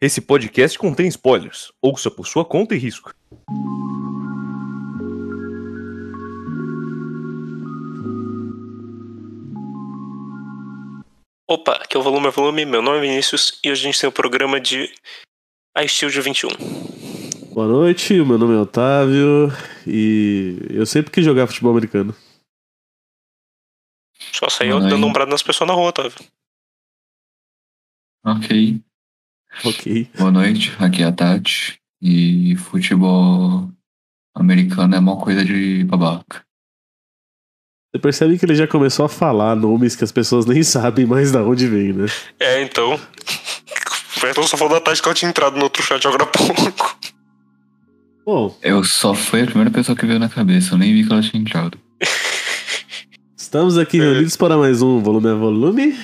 Esse podcast contém spoilers. Ouça por sua conta e risco. Opa, aqui é o Volume a Volume, meu nome é Vinícius e hoje a gente tem o programa de iShield 21. Boa noite, meu nome é Otávio e eu sempre quis jogar futebol americano. Só saiu Mano, dando aí. um brado nas pessoas na rua, tá? Ok. Ok. Boa noite, aqui é a Tati. E futebol americano é uma coisa de babaca. Você percebe que ele já começou a falar nomes que as pessoas nem sabem mais da onde vem, né? É, então. O Bertão só falou da tarde que eu tinha entrado no outro chat agora há pouco. Bom, Eu só fui a primeira pessoa que veio na cabeça, eu nem vi que ela tinha entrado. estamos aqui reunidos para mais um volume a volume.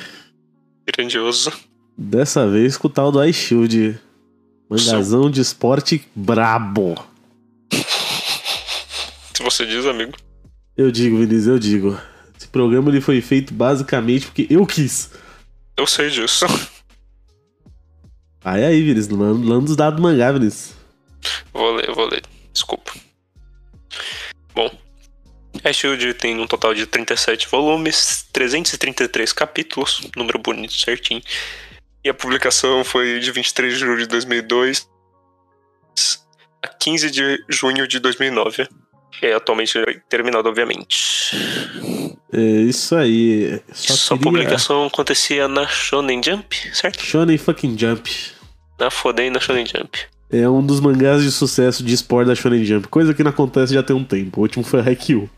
Grandioso. Dessa vez com o tal do iShield. Mangazão de esporte brabo. Se você diz, amigo. Eu digo, Vinícius, eu digo. Esse programa ele foi feito basicamente porque eu quis. Eu sei disso. Aí aí, Vinícius, lando os dados do mangá, Vinícius. Vou ler, vou ler. Desculpa. Bom, a Shield tem um total de 37 volumes, 333 capítulos, número bonito, certinho. E a publicação foi de 23 de julho de 2002 a 15 de junho de 2009. E é atualmente terminado, obviamente. É isso aí. Só, Sua queria- publicação acontecia na Shonen Jump, certo? Shonen fucking Jump. Na Foden e na Shonen Jump. É um dos mangás de sucesso de esporte da Shonen Jump. Coisa que não acontece já tem um tempo. O último foi Haikyuu.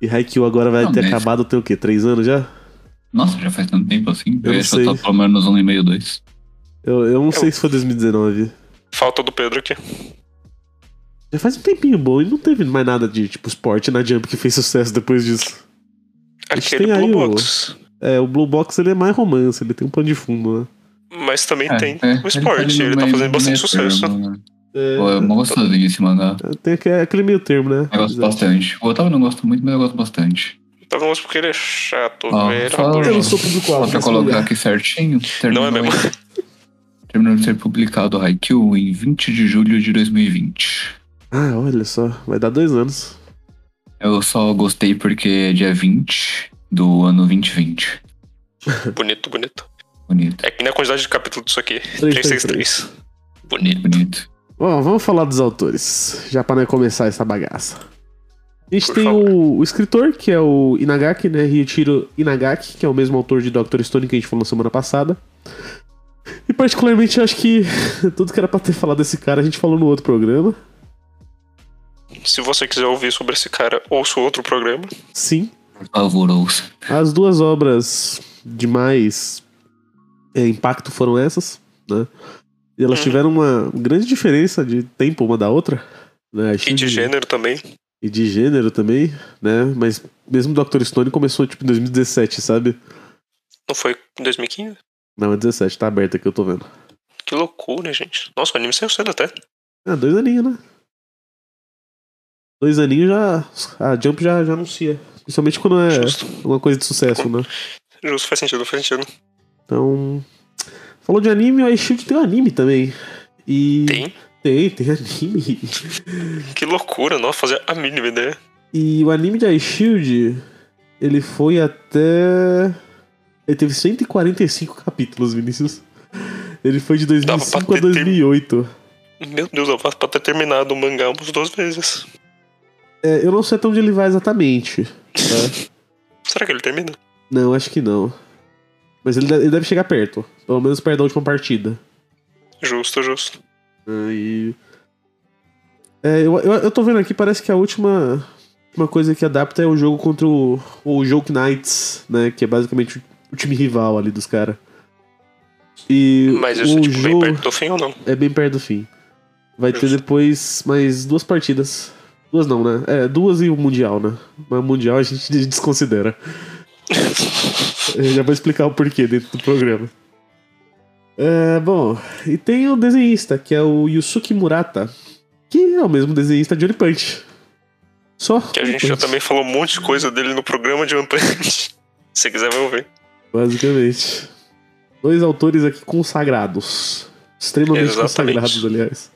E Haikyuu agora vai Não, ter mas- acabado tem o quê? Três anos já? Nossa, já faz tanto tempo assim. Eu Eu, não acho que eu tô sei. pelo menos um e meio, dois. Eu, eu não sei se foi 2019. Falta do Pedro aqui. Já faz um tempinho bom e não teve mais nada de tipo esporte na Jump que fez sucesso depois disso. gente Aquele tem aí Blue o- Box. É, o Blue Box ele é mais romance, ele tem um pano de fundo, né? Mas também É, tem é, o esporte, no ele tá meio- fazendo bastante meio termo, sucesso. né? É, Pô, é mó gostosinho esse mangá. tem aquele, é aquele meio termo, né? Eu gosto bastante. O Otávio não gosta muito, mas eu gosto bastante. Tá falando porque ele é chato, Ah, velho. fala- Amor de Eu não Deus. sou público alvo. Só pra mas- colocar aqui certinho, terminou, Não é mesmo. em- terminou de ser publicado o Haikyuu em 20 de julho de 2020. Ah, olha só, vai dar dois anos. Eu só gostei porque é dia 20 do ano 2020. Bonito, bonito. Bonito. É que nem a quantidade de capítulo disso aqui. Três, três, 363. Bonito. Bonito. Bom, vamos falar dos autores, já para começar essa bagaça. A gente Por tem favor. o, o escritor, que é o Inagaki, né? Ryuichiro Inagaki, que é o mesmo autor de Doctor Stone que a gente falou semana passada. E particularmente, eu acho que tudo que era pra ter falado desse cara, a gente falou no outro programa. Se você quiser ouvir sobre esse cara, ouça o outro programa. Sim, Por favor, ouça. As duas obras de mais é, impacto foram essas, né? E elas Uhum. tiveram uma grande diferença de tempo uma da outra, né? E de gênero também. E de gênero também, né? Mas mesmo Dr. Stone começou tipo em 2017, sabe? Não foi em 2015? Não, é 17, tá aberto aqui, eu tô vendo. Que loucura, gente. Nossa, o anime saiu cedo até. Ah, dois aninhos, né? Dois aninhos já. A Jump já, já anuncia. Principalmente quando é Justo. uma coisa de sucesso, né? Justo, faz sentido, faz sentido. Então. Falou de anime, o iShield tem um anime também. E. Tem. Tem, tem anime. Que loucura, não fazer a mínima ideia. E o anime de iShield, ele foi até. Ele teve 145 capítulos, Vinícius. Ele foi de Dava pra 2005 a ter tempo. 2008. Meu Deus, eu faço pra ter terminado o mangá umas duas vezes. É, eu não sei até onde ele vai exatamente. tá? Será que ele termina? não, acho que não. Mas ele, de- ele deve chegar perto. Pelo menos perto da última partida. Justo, justo. Ah, E... É, eu, eu, eu tô vendo aqui, parece que a última, última coisa que adapta é o jogo contra o, o Joke Knights, né? Que é basicamente o, o time rival ali dos caras. E Mas isso o é tipo, bem jogo perto do fim ou não? é bem perto do fim. Vai ter Justo. depois mais duas partidas. Duas não, né? É, duas e o Mundial, né? Mas o Mundial a gente desconsidera. Eu já vou explicar o porquê dentro do programa. É, bom, e tem o desenhista, que é o Yusuke Murata, que é o mesmo desenhista de One Punch. Só Que a One gente já Punch, também falou um monte de coisa dele no programa de One Punch. Se você quiser, vai ouvir. Basicamente. Dois autores aqui consagrados. Extremamente Exatamente. consagrados, aliás.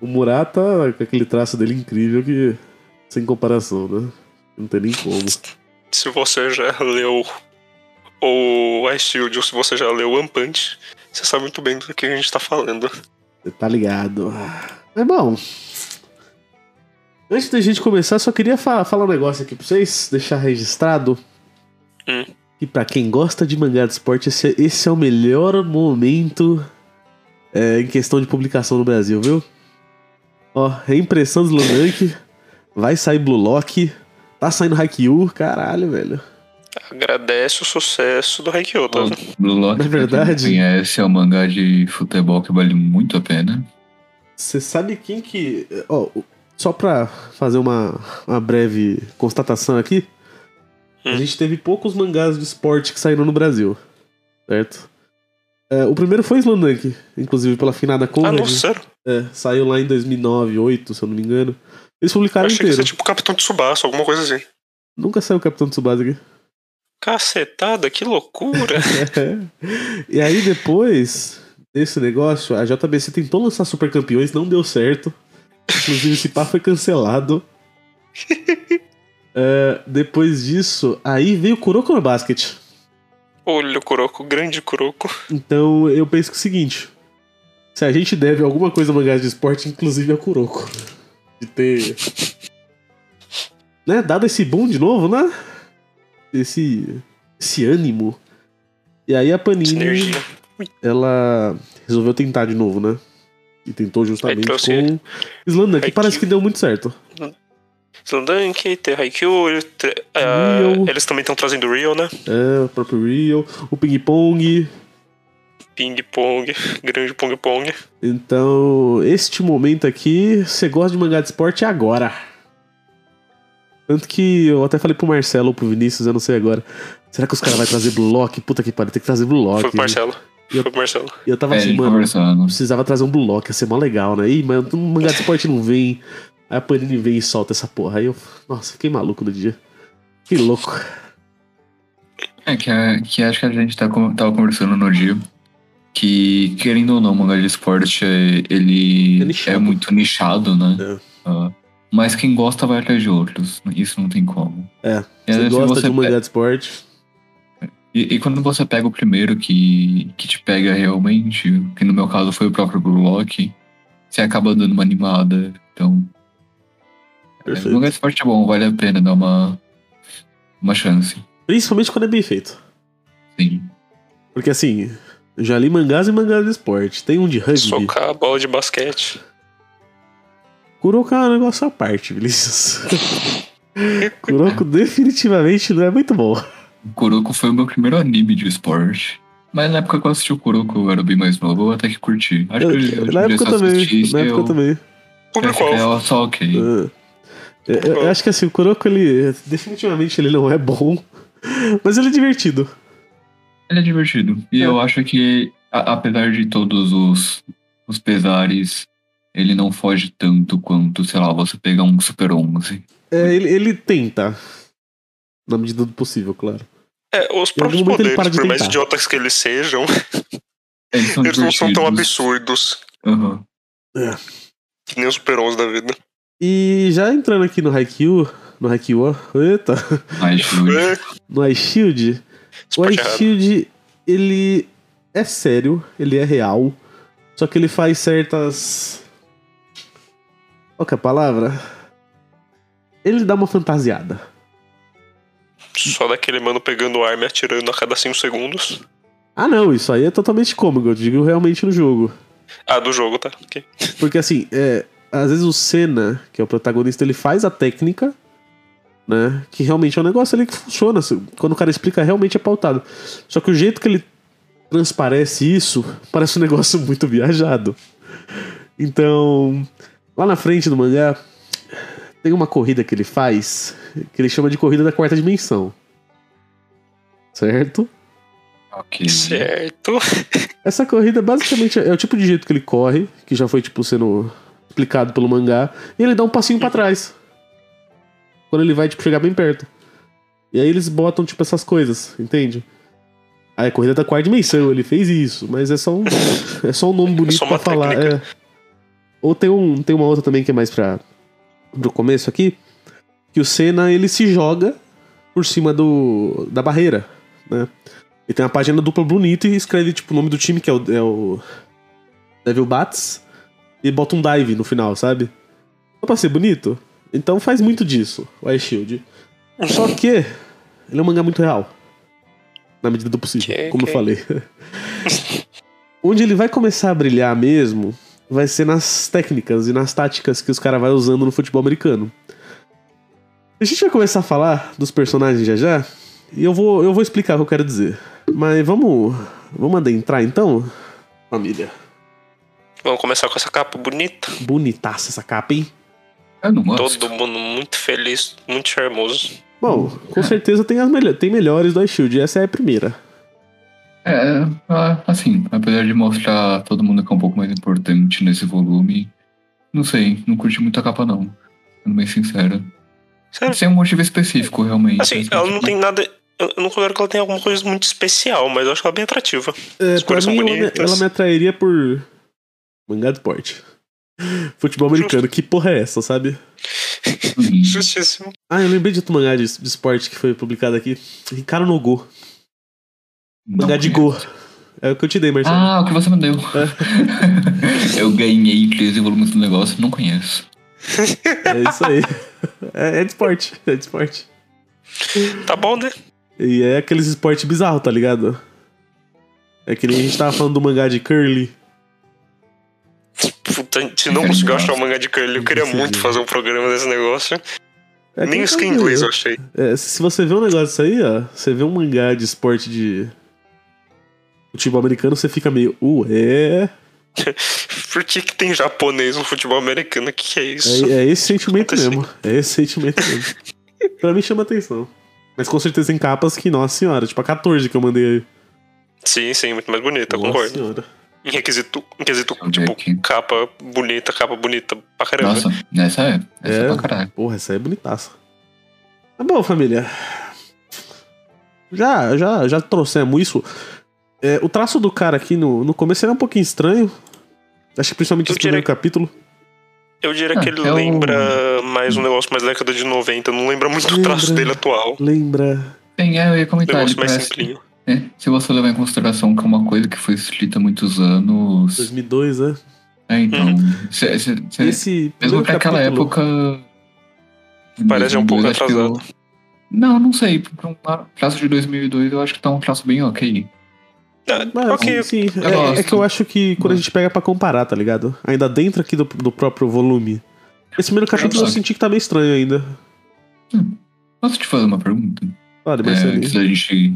O Murata, com aquele traço dele incrível que. Sem comparação, né? Não tem nem como. Se você já leu o Ice Shield ou se você já leu One Punch, você sabe muito bem do que a gente tá falando. Você tá ligado. É bom. Antes da gente começar, só queria fa- falar um negócio aqui pra vocês, deixar registrado. Hum. E pra quem gosta de mangá de esporte, esse, esse é o melhor momento é, em questão de publicação no Brasil, viu? Ó, reimpressão do Landank, vai sair Blue Lock, tá saindo Haikyuu, caralho, velho. Agradece o sucesso do Haikyuu, tá? Blue Lock, Na pra quem não verdade- conhece, é um mangá de futebol que vale muito a pena. Você sabe quem que. Ó, o- só pra fazer uma, uma breve constatação aqui. A Hum. gente teve poucos mangás de esporte que saíram no Brasil, certo? É, o primeiro foi Slandank, inclusive pela finada Ah, Conrad. não, sério? É, saiu lá em 2009, 2008, se eu não me engano. Eles Eu publicaram achei que ia inteiro. ser tipo Capitão Tsubasa, alguma coisa assim. Nunca saiu o Capitão Tsubasa aqui. Cacetada, que loucura! e aí depois desse negócio, a JBC tentou lançar Super Campeões, não deu certo. Inclusive esse pá foi cancelado. É, depois disso, aí veio o Kuroko no Basket. Olho Kuroko, grande Kuroko. Então eu penso que é o seguinte: se a gente deve alguma coisa a mangás de esporte, inclusive a Kuroko. De ter. Né, dado esse boom de novo, né? Esse. Esse ânimo. E aí a Panini. Sinergia. ela resolveu tentar de novo, né? E tentou Aí justamente trouxe com Islândia, que Haikyuu. parece que deu muito certo. Slandank, tem Haikyuu. tem- ah, Real. eles também estão trazendo Real, né? É, o próprio Real, o Ping Pong. Ping Pong, grande Pong Pong. Então, este momento aqui, você gosta de mangá de esporte é agora. Tanto que eu até falei pro Marcelo ou pro Vinícius, eu não sei agora. Será que os caras vão trazer Blue Lock? Puta que pariu, tem que trazer Blue Lock. Foi pro Marcelo. Eu- Foi pro Marcelo. E eu tava É, assim, ele mano, conversando. precisava trazer um Blue Lock, ia ser mó legal, né? Ih, mas um mangá de esporte não vem. Aí a Panini vem e solta essa porra. Aí eu, nossa, fiquei maluco no dia. Que louco. É, que, a- que acho que a gente tá, con- tava conversando no dia que, querendo ou não, o mangá de esporte, é- ele É é, nichado. muito nichado, né? É. Ah, mas quem gosta vai atrás de outros. Isso não tem como. É, E às Você vezes gosta você é- de um pe- mangá de esporte? E, e quando você pega o primeiro que, que te pega realmente, que no meu caso foi o próprio Blue Lock, você acaba dando uma animada. Então, é, o Perfeito. mangá de esporte é bom, vale a pena dar uma, uma chance. Principalmente quando é bem feito. Sim. Porque assim, eu já li mangás e mangás de esporte. Tem um de rugby. Socar a bola de basquete. Kuroko é um negócio à parte, Vinícius. Kuroko definitivamente não é muito bom. O Kuroko foi o meu primeiro anime de esporte. Mas na época que eu assisti o Kuroko, eu era bem mais novo, eu até que curti. Acho que eu, um eu na época eu também. assisti, Na época eu eu, também. É, Público-alvo. eu só ok. Ah. Eu, eu- eu acho que assim, o Kuroko, ele. Definitivamente ele não é bom. Mas ele é divertido. Ele é divertido. E É. eu acho que, a- apesar de todos os, os pesares, ele não foge tanto quanto, sei lá, você pegar um Super 11. É, ele, ele tenta. Na medida do possível, claro. É, os algum próprios momento ele poderes, para de por mais tentar. idiotas que eles sejam, Eles são eles não são tão divertidos. absurdos Aham. que nem os super 11 da vida. E já entrando aqui no Haikyuu. No Haikyuu, ó. eita. Ai, Shield. É, No iShield. O esporte errado. iShield, ele é sério, ele é real. Só que ele faz certas. Qual que é a palavra? Ele dá uma fantasiada. Só daquele mano pegando arma e atirando a cada 5 segundos. Ah, não, isso aí é totalmente cômico, eu digo realmente no jogo. Ah, do jogo, tá? Ok. Porque assim, é, às vezes o Senna, que é o protagonista, ele faz a técnica, né? Que realmente é um negócio ali que funciona. assim, Quando o cara explica, realmente é pautado. Só que o jeito que ele transparece isso parece um negócio muito viajado. Então, lá na frente do mangá, tem uma corrida que ele faz que ele chama de corrida da quarta dimensão. Certo? Ok. é Certo. Essa corrida basicamente é o tipo de jeito que ele corre, que já foi tipo sendo explicado pelo mangá, e ele dá um passinho pra trás. Quando ele vai tipo chegar bem perto. E aí eles botam tipo essas coisas, entende? Ah, é corrida da quarta dimensão, ele fez isso, mas é só um, é só um nome bonito só pra uma falar. técnica. é. Ou tem, um, tem uma outra também que é mais pra. do começo aqui. Que o Senna ele se joga por cima do, da barreira, né? E tem uma página dupla bonita e escreve tipo, o nome do time, que é o, é o Devil Bats, e bota um dive no final, sabe? Só pra ser bonito. Então faz muito disso, o Ice Shield. Só que ele é um mangá muito real. Na medida do possível, Ok, como ok. eu falei. Onde ele vai começar a brilhar mesmo vai ser nas técnicas e nas táticas que os caras vão usando no futebol americano. A gente vai começar a falar dos personagens já já, e eu vou, eu vou explicar o que eu quero dizer. Mas vamos, vamos adentrar então, família. Vamos começar com essa capa bonita. Bonitaça essa capa, hein? Eu não gosto. Todo mundo muito feliz, muito charmoso. Bom, com certeza tem as melho- tem melhores do Shield, essa é a primeira. É, ah, assim, apesar de mostrar todo mundo que é um pouco mais importante nesse volume, não sei, não curti muito a capa não, sendo bem sincero. Sério? Sem um motivo específico, realmente. É. Assim, ela não tem nada. Eu eu não considero que ela tenha alguma coisa muito especial, mas eu acho ela bem atrativa. É, As pra cores são mim, ela me, bonitas. ela me atrairia por mangá de porte. Futebol americano, que porra é essa, sabe? Hum, Justíssimo. Ah, eu lembrei de outro mangá de, de esporte que foi publicado aqui. Ricardo no Go. não Mangá de conheço. Go. É É. o que eu te dei, Marcelo. Ah, o que você me deu. Eu ganhei 13 volumes do negócio, não conheço. É isso aí. É, é de esporte, é de esporte. Tá bom, né? E é aqueles esporte bizarro, tá ligado? É que nem a gente tava falando do mangá de Curly. Puta, se não conseguiu achar o mangá de Curly, eu queria Entendi. muito fazer um programa desse negócio. É Nem aquele os que em bagulho. inglês eu achei. É, se você vê um negócio disso aí, ó, você vê um mangá de esporte de futebol americano, você fica meio, ué. Por que, que tem japonês no futebol americano? O que, que é isso? É, é esse sentimento Aconteceu. mesmo. É esse sentimento mesmo. pra mim chama atenção. Mas com certeza tem capas que, nossa senhora, tipo a 14 que eu mandei aí. Sim, sim, muito mais bonita, nossa concordo. senhora. Em requisito, em requisito Deixa eu tipo, ver aqui. capa bonita, capa bonita pra caramba. Então, Nossa, essa é. Essa é, É. pra caralho. Porra, essa aí é bonitaça. Tá bom, família. Já, já, já trouxemos isso. É, o traço do cara aqui no, no começo ele é um pouquinho estranho. Acho que principalmente Eu esse primeiro diria- capítulo. Eu diria Ah, que ele é o- lembra mais um negócio mais da década de 90, não lembra muito o traço Lembra. dele atual. Lembra. Tem, é, eu ia Um comentar. ele negócio mais parece- simplinho. é, se você levar em consideração que é uma coisa que foi escrita há muitos anos. 2002, né? É, então. Uhum. cê- cê- cê- Esse. é um mesmo primeiro pra aquela capítulo- época. Parece um 2002, pouco acho que eu- Não, não sei. Pra um traço de 2002, eu acho que tá um traço bem ok. É, Mas, Ah, ok, sim, eu é, gosto. é que eu acho que quando a gente pega pra comparar, tá ligado? Ainda dentro aqui do, do próprio volume. Esse primeiro capítulo eu Sabe. senti que tá meio estranho ainda. Posso te fazer uma pergunta? Olha, É, Marcelinho. antes da gente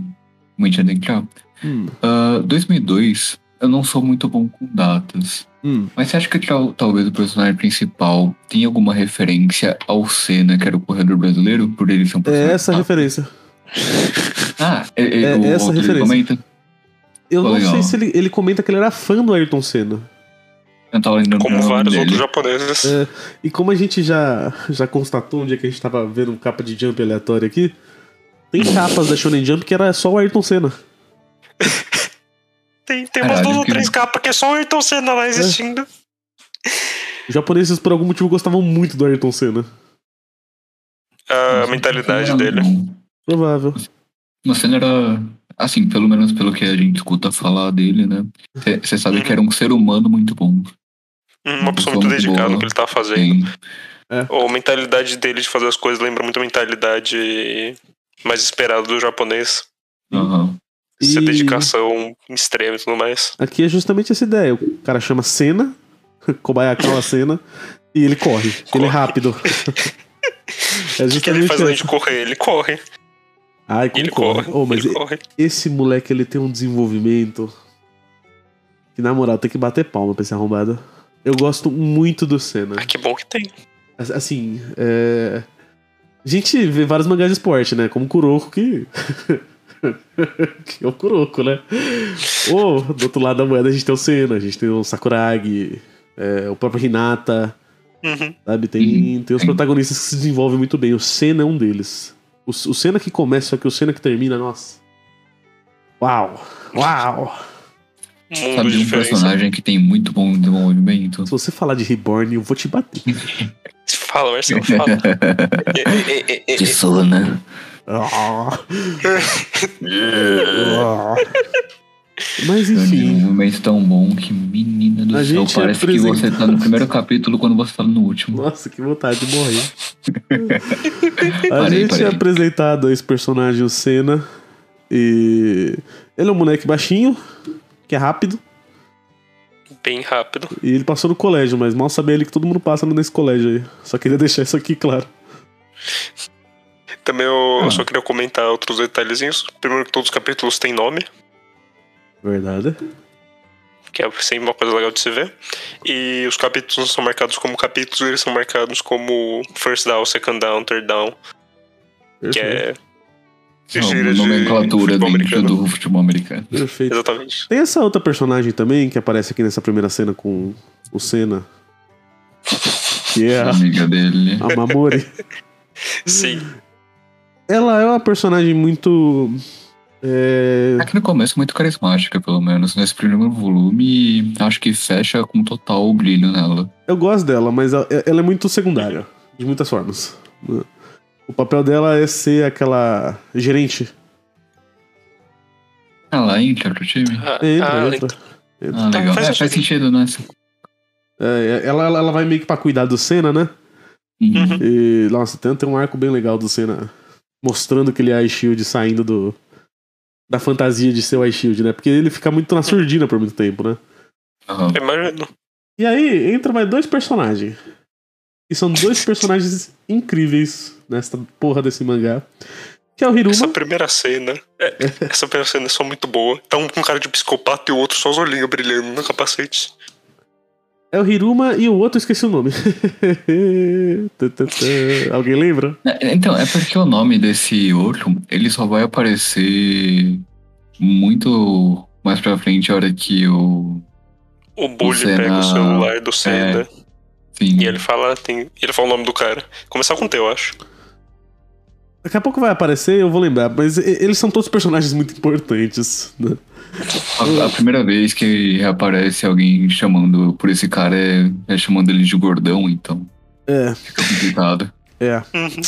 muito adentrar. Hum, Ah, 2002, eu não sou muito bom com datas. hum. Mas você acha que tal- talvez o personagem principal tenha alguma referência ao Senna, que era o corredor brasileiro, por ele ser um É personagem? essa a referência. Ah, é, é, É o essa a autor referência. comenta. Eu não Legal. sei se ele, ele comenta que ele era fã do Ayrton Senna. Eu tava lembrando Como o nome vários dele. outros japoneses. É. E como a gente já, já constatou um dia que a gente tava vendo capa de Jump aleatório aqui, tem capas da Shonen Jump que era só o Ayrton Senna. Tem, tem umas Caralho, duas ou que- três capas que é só o Ayrton Senna lá existindo. Os japoneses, por algum motivo, gostavam muito do Ayrton Senna. A Nossa, mentalidade o Senna era dele. bom. Provável. O Senna era, assim, pelo menos pelo que a gente escuta falar dele, né? Você Uhum. sabe que era um ser humano muito bom. Uma pessoa Uhum. Muito muito boa. dedicada no que ele tá fazendo. Tem- Ou a mentalidade dele de fazer as coisas lembra muito a mentalidade mais esperada do japonês. aham. Essa E- dedicação extrema e tudo mais. Aqui é justamente essa ideia. O cara chama Senna, Kobayakawa Senna, e ele corre. Ele é rápido. é O que, é que ele faz essa. além de correr? Ele corre. Ai, Ele concordo. corre. Oh, mas ele corre. esse moleque, ele tem um desenvolvimento que, na moral, tem que bater palma pra esse arrombado. Eu gosto muito do Senna. Ah, que bom que tem. As- Assim, é... A gente vê vários mangás de esporte, né? Como Kuroko, que... que é o Kuroko, né? Ou, do outro lado da moeda, a gente tem o Senna, a gente tem o Sakuragi, é, o próprio Hinata, Uhum. sabe? Tem, Uhum. tem os Sim. protagonistas que se desenvolvem muito bem. O Senna é um deles. O, o Senna que começa, só que o Senna que termina, nossa... Uau! Uau! Mundo Sabe de um diferença. personagem que tem muito bom desenvolvimento? Se você falar de Reborn, eu vou te bater. Fala, Marcelo, fala. É, é, é, é, é. Dissona. Ah. Ah. Mas É um enfim, desenvolvimento tão bom que, menina do A céu, gente parece apresentou- que você tá no primeiro capítulo quando você tá no último. Nossa, que vontade de morrer. A Parei, gente parei. tinha apresentado esse personagem, o Senna. E. Ele é um moleque baixinho, que é rápido. Bem rápido. E ele passou no colégio, mas mal sabia ele que todo mundo passa nesse colégio aí. Só queria deixar isso aqui claro. Também eu, eu Ah. só queria comentar outros detalhezinhos. Primeiro que todos os capítulos têm nome, Verdade. que é sempre uma coisa legal de se ver. E os capítulos não são marcados como capítulos, eles são marcados como first down, second down, third down, que é. É uma gíria de nomenclatura futebol dentro americano. do futebol americano. Perfeito. Exatamente. Tem essa outra personagem também que aparece aqui nessa primeira cena com o Senna. Que é A a, amiga dele. a Mamori. Sim. Ela é uma personagem muito. É, Aqui no começo muito carismática, pelo menos. Nesse primeiro volume, acho que fecha com total brilho nela. Eu gosto dela, mas ela, ela é muito secundária, de muitas formas. O papel dela é ser aquela gerente. Ela entra pro time? Ah, ah, Entra, então- entra. Ah, legal. faz É, faz sentido, né? É, ela, ela, ela vai meio que pra cuidar do Senna, né? Uhum. Uhum. E, nossa, tem, tem um arco bem legal do Senna mostrando que ele é iShield saindo do. Da fantasia de ser o iShield, né? Porque ele fica muito na surdina por muito tempo, né? Aham. Eu imagino. E aí, entra mais dois personagens. E são dois personagens incríveis nessa porra desse mangá. Que é o Hiruma. Essa primeira cena. é, essa primeira cena é só muito boa. Tá um com cara de psicopata e o outro só os olhinhos brilhando no capacete. É o Hiruma e o outro eu esqueci o nome. Tã, tã, tã. Alguém lembra? É, Então, é porque o nome desse outro, ele só vai aparecer muito mais pra frente, a hora que o... O Bully Senna- pega o celular é. do Senna Sim, e ele fala, tem, ele fala o nome do cara. Começar com o teu, eu acho. Daqui a pouco vai aparecer, eu vou lembrar. Mas e- eles são todos personagens muito importantes. né? a, a primeira vez que aparece alguém chamando por esse cara é, é chamando ele de gordão, então É, fica complicado. é. Uhum.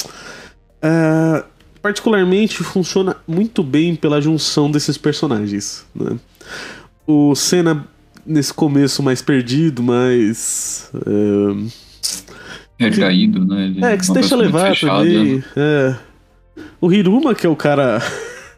Ah, particularmente funciona muito bem pela junção desses personagens. né? O Senna, nesse começo mais perdido, mais. eh, Recaído, né? Ele É, que se uma deixa pessoa muito levar fechada. né? também. É. O Hiruma, que é o cara.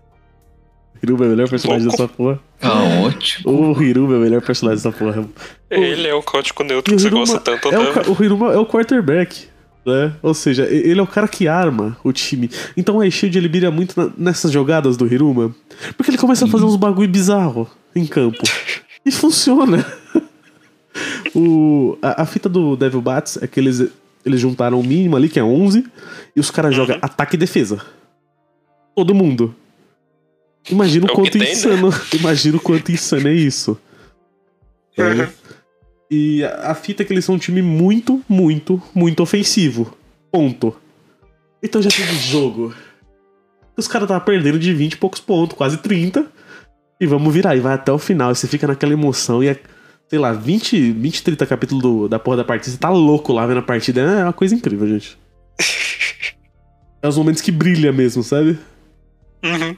Hiruma é o melhor personagem Louco. dessa porra. Tá ótimo. O Hiruma é o melhor personagem dessa porra. Ele é o código neutro E o que você Hiruma gosta tanto, É o, Otávio. ca- o Hiruma é o quarterback. Né? Ou seja, e- ele é o cara que arma o time. Então o Shield ele mira muito na- nessas jogadas do Hiruma. Porque ele começa a fazer uns bagulho bizarro em campo. E funciona. O, a, a fita do Devil Bats é que eles, eles juntaram o mínimo ali, que é 11, e os caras jogam Uhum. ataque e defesa. Todo mundo. Imagina o É o quanto que tem, né? insano. Imagina o quanto insano é isso. Uhum. E a a fita é que eles são um time muito, muito, muito ofensivo. Ponto. Então já teve jogo. Os caras estavam perdendo de 20 e poucos pontos, quase 30. E vamos virar, e vai até o final. E você fica naquela emoção e é, sei lá, 20, 20 30 capítulo do- da porra da partida. Você tá louco lá vendo a partida. É uma coisa incrível, gente. É os momentos que brilha mesmo, sabe? Uhum.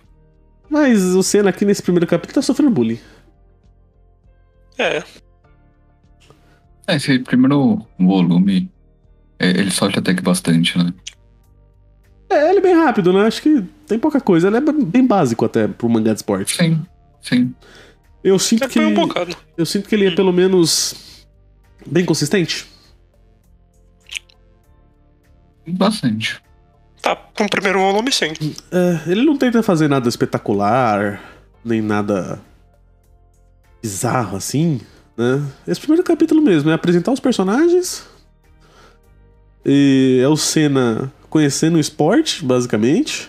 Mas o Senna aqui nesse primeiro capítulo tá sofrendo bullying. É, É, esse primeiro volume, é, ele solte até que bastante, né? É, ele é bem rápido, né? Acho que tem pouca coisa. Ele é bem básico até pro mangá de esporte. Sim, sim. Eu sinto é, que. foi um bocado. Eu sinto que ele é pelo menos bem consistente. Bastante. Tá, com o primeiro volume, sim. É, ele não tenta fazer nada espetacular, nem nada bizarro assim, né? Esse primeiro capítulo mesmo é apresentar os personagens. E é o Senna conhecendo o esporte, basicamente.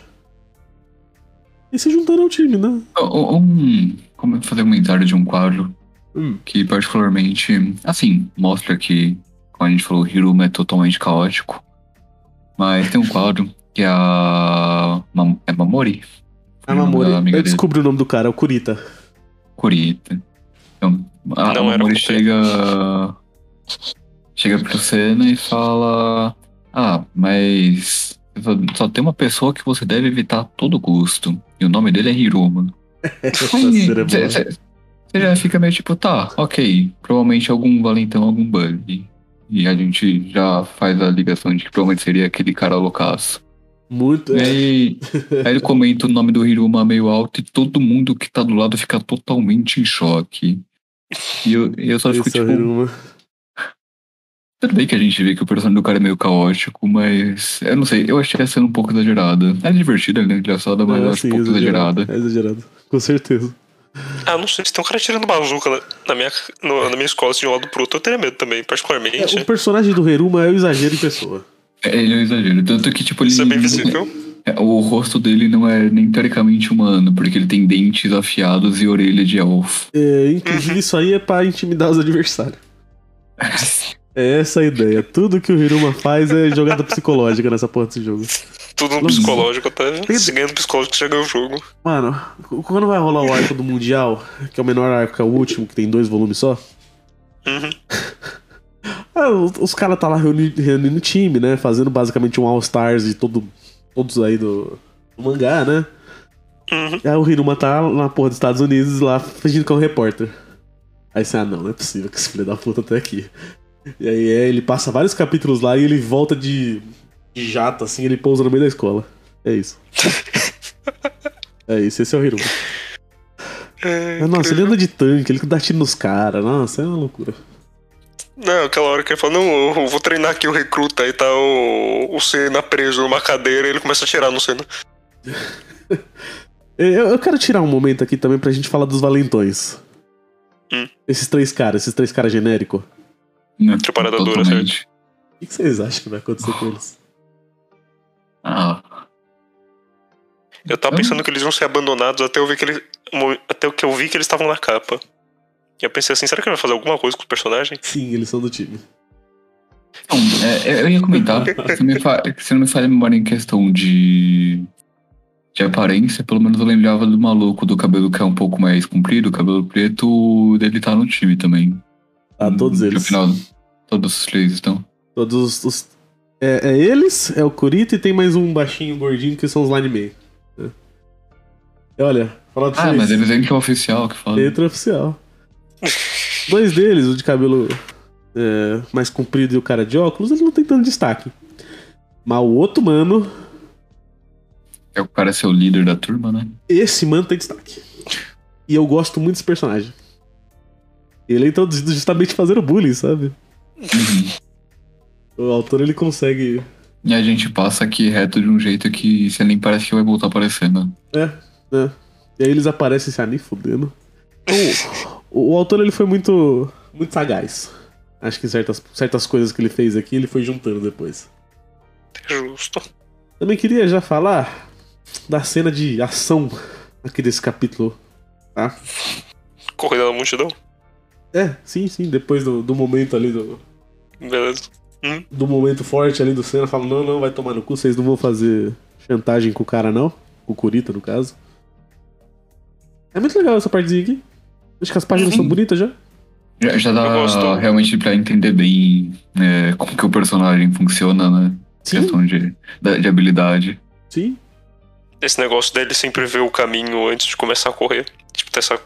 E se juntando ao time, né? Um- Um, como eu fazer um comentário de um quadro Hum. que particularmente, assim, mostra que, como a gente falou, o Hiruma é totalmente caótico. Mas tem um quadro que a Mam- é Mamori A o nome Mamori. da amiga Eu dele. descobri o nome do cara, é o Kurita. Kurita. Então, a Não era Mamori Kurita. chega. Chega pro Senna e fala. Ah, mas. só- Só tem uma pessoa que você deve evitar a todo custo. E o nome dele é Hiruma. Essa cena é boa. Você já fica meio tipo, tá, ok. Provavelmente algum valentão, algum bug. E a gente já faz a ligação de que provavelmente seria aquele cara loucaço. Muito. E é, aí, aí ele comenta o nome do Hiruma meio alto e todo mundo que tá do lado fica totalmente em choque. E eu, eu só fico esse é o tipo, Hiruma. tudo bem que a gente vê que o personagem do cara é meio caótico, mas eu não sei, eu achei a cena um pouco exagerada. É divertida, né? Engraçada, mas É, eu acho sim, um pouco exagerado. exagerada. É exagerado. Com certeza. Ah, não sei, se tem um cara tirando bazuca na- na minha, no- na minha escola, assim, de um lado pro outro, eu teria medo também, particularmente. É, né? o personagem do Hiruma é o exagero em pessoa. É, Ele é um exagero. Tanto que, tipo, ele. Isso é bem visível. É, O rosto dele não é nem teoricamente humano, porque ele tem dentes afiados e orelha de elfo. É, inclusive, isso aí é pra intimidar os adversários. É essa a ideia. Tudo que o Hiruma faz é jogada psicológica nessa porra desse jogo. Tudo no Nossa. psicológico, até se ganha no psicológico, você já ganha o jogo. Mano, c- quando vai rolar o arco do Mundial, que é o menor arco, que é o último, que tem dois volumes só, Uhum. ah, os, os caras tá lá reuni- reunindo o time, né? Fazendo basicamente um All-Stars de todo, todos aí do, do mangá, né? Uhum. Aí o Hiruma tá na porra dos Estados Unidos lá fingindo que é um repórter. Aí você, ah não, não é possível que esse filho da puta tá aqui. E aí é, ele passa vários capítulos lá e ele volta de, de jato, assim, ele pousa no meio da escola. É isso. é isso, esse é o Hiruma. É, Ah, Nossa, ele anda de tanque, ele dá tiro nos caras, nossa, é uma loucura. Não, aquela hora que ele fala, não, eu vou treinar aqui o recruta, aí tá o, o Senna preso numa cadeira e ele começa a tirar no Senna. Eu, eu quero tirar um momento aqui também pra gente falar dos valentões. Hum. Esses três caras, esses três caras genéricos. Né? Preparada dura, Totalmente. O que que vocês acham que vai acontecer com eles? Ah, Eu tava pensando que eles iam ser abandonados até eu ver que eles. Até o que eu vi que eles estavam na capa. E eu pensei assim, será que ele vai fazer alguma coisa com o personagem? Sim, eles são do time. então, é, é, eu ia comentar, se não me fa- se não me falha a memória em questão de, de aparência, pelo menos eu lembrava do maluco do cabelo que é um pouco mais comprido, cabelo preto, dele tá no time também. Ah, todos Hum, No eles. final, todos os três estão. Todos os. os- É, é eles, é o Kurita e tem mais um baixinho gordinho que são os Line Man. né? E Olha, falar pra Ah, vocês. mas eles dizem que é o oficial que fala. Letra oficial. Dois deles, o de cabelo é, mais comprido e o cara de óculos, eles não tem tanto destaque. Mas o outro mano, É o cara ser o líder da turma, né? esse mano tem destaque. E eu gosto muito desse personagem. Ele é introduzido justamente fazendo bullying, sabe? Uhum. O autor ele consegue. E a gente passa aqui reto de um jeito que você nem parece que vai voltar a aparecer, né? É, né? E aí eles aparecem se nem fudendo. Então, o, o autor ele foi muito, muito sagaz. Acho que certas, certas coisas que ele fez aqui ele foi juntando depois. Justo. Também queria já falar da cena de ação aqui desse capítulo. Tá? Corrida da multidão. É, sim, sim, depois do, do momento ali, do, Beleza. do momento forte ali do Senna, falando, não, não, vai tomar no cu, vocês não vão fazer chantagem com o cara não, com o Kurita no caso. É muito legal essa partezinha aqui. Acho que as páginas Uhum. são bonitas já. Já, já Eu dá gosto. realmente pra entender bem é, como que o personagem funciona, né? Sim, Questão de, da- de habilidade. sim. Esse negócio dele sempre ver o caminho antes de começar a correr. Tipo, ter essa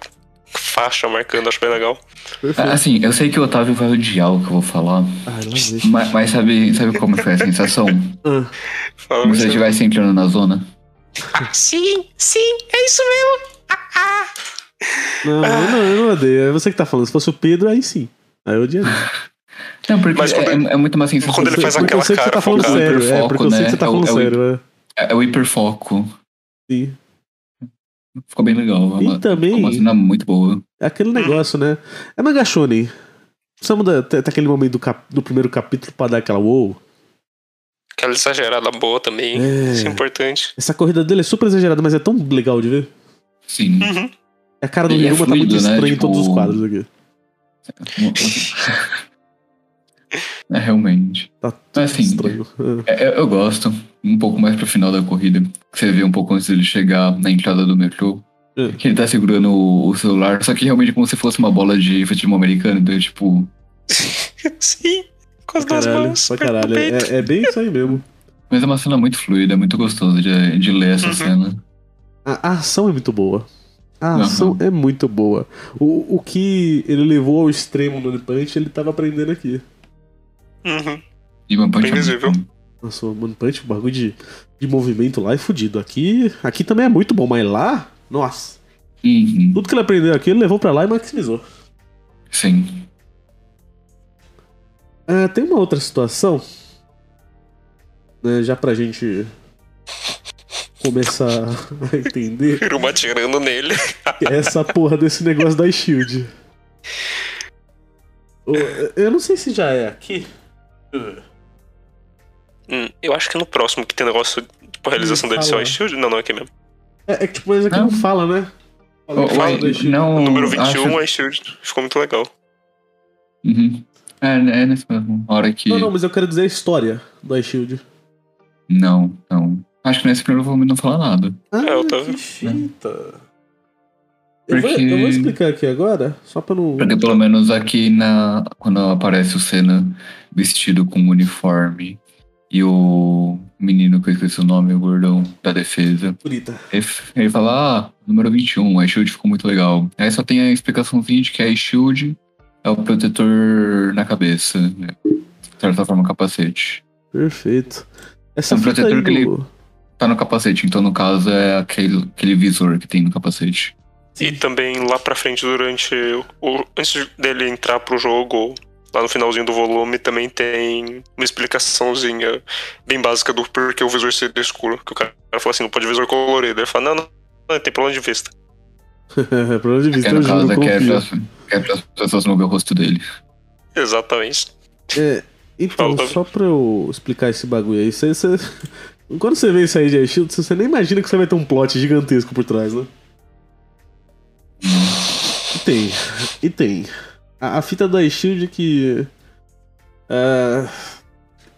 faixa marcando, acho bem legal. Perfeito. Ah, Assim, eu sei que o Otávio vai odiar o que eu vou falar, Ah, lá vem. mas, mas sabe, sabe como foi a sensação? Ah, Fala, Como se eu mas- estivesse entrando na zona. Sim, sim, é isso mesmo. não, não, eu não odeio. É você que tá falando. Se fosse o Pedro, aí sim. Aí eu odiaria. Não, porque Mas quando é, é muito uma sensação. quando ele faz Porque eu aquela sei que você cara tá falando focada. sério. É, porque eu sei que você tá É o- falando é o- sério. É. É, é o hiperfoco. Sim. Então, Ficou bem legal. é uma- E também- Ficou uma cena muito boa. É aquele negócio, né? É manga shonen. Precisamos da- até até aquele momento do, cap- do primeiro capítulo pra dar aquela wow. Aquela exagerada boa também. É. Isso é importante. Essa corrida dele é super exagerada, mas é tão legal de ver. Sim. Uhum. A cara do Ele é Hiruma tá muito fluido, né? estranha em Tipo- todos os quadros aqui. É, realmente. Tá Mas tudo assim, estranho. É. é, eu, eu gosto. Um pouco mais pro final da corrida. Que você vê um pouco antes dele chegar na entrada do metrô. É. Que ele tá segurando o, o celular. Só que realmente é como se fosse uma bola de futebol americano. Então, tipo. Sim, com as Pra duas caralho, mãos. pra perto do caralho. peito. É, é bem isso aí mesmo. Mas é uma cena muito fluida, é muito gostosa de, de ler essa Uhum. cena. A, a ação é muito boa. A Aham. ação é muito boa. O, o que ele levou ao extremo no The Punch, ele tava aprendendo aqui. é. Uhum. E uma parte Previsível. Nossa, o One Punch, o bagulho de, de movimento lá é fudido. Aqui, aqui também é muito bom, mas lá, nossa. Uhum. Tudo que ele aprendeu aqui, ele levou pra lá e maximizou. Sim. Ah, tem uma outra situação, né, já pra gente começar a entender, Iruma atirando nele. que é essa porra desse negócio da Shield. Ô, Eu não sei se já é aqui. Hum, eu acho que no próximo que tem negócio, tipo, a realização Hum, deve ser o fala. Ice Shield. Não, não, é aqui mesmo. É, é que tipo, mas aqui não, Não. fala, né? Fala, O- fala o- do Shield. é, não, Número 21, acho- Ice é Shield. Ficou muito legal. Uhum. É, é nessa mesma hora que. Não, não, mas eu quero dizer a história do Shield. Não, não. Acho que nesse primeiro volume não fala nada. Ah, É, eu tô- que fita. Eu vou, Porque- eu vou explicar aqui agora, só pra não. Porque pelo menos aqui na. Quando aparece o Senna vestido com um uniforme e o menino que eu esqueci o nome, o gordão da defesa, Bonita. ele, f- ele fala, ah, número 21, a Shield ficou muito legal. Aí só tem a explicaçãozinha de que a Shield é o protetor na cabeça, né? De certa forma, capacete. Perfeito. Essa É um fita aí protetor que ele- do... Tá no capacete, então no caso é aquele, aquele visor que tem no capacete. E também lá pra frente, durante. O, antes dele entrar pro jogo, lá no finalzinho do volume, também tem uma explicaçãozinha bem básica do porquê o visor ser escuro. Que o cara fala assim: não pode visor colorido. Ele fala: não, não, não tem problema de vista. Problema É um de vista, Que no eu juro, caso é que é confio. pra- que é para as pessoas não ver o rosto dele. Exatamente. É, então, Fala. só pra eu explicar esse bagulho aí, você, você- quando você vê isso aí de Ice Shield, você nem imagina que você vai ter um plot gigantesco por trás, né? E tem, e tem. A, a fita do Ice Shield que. ah,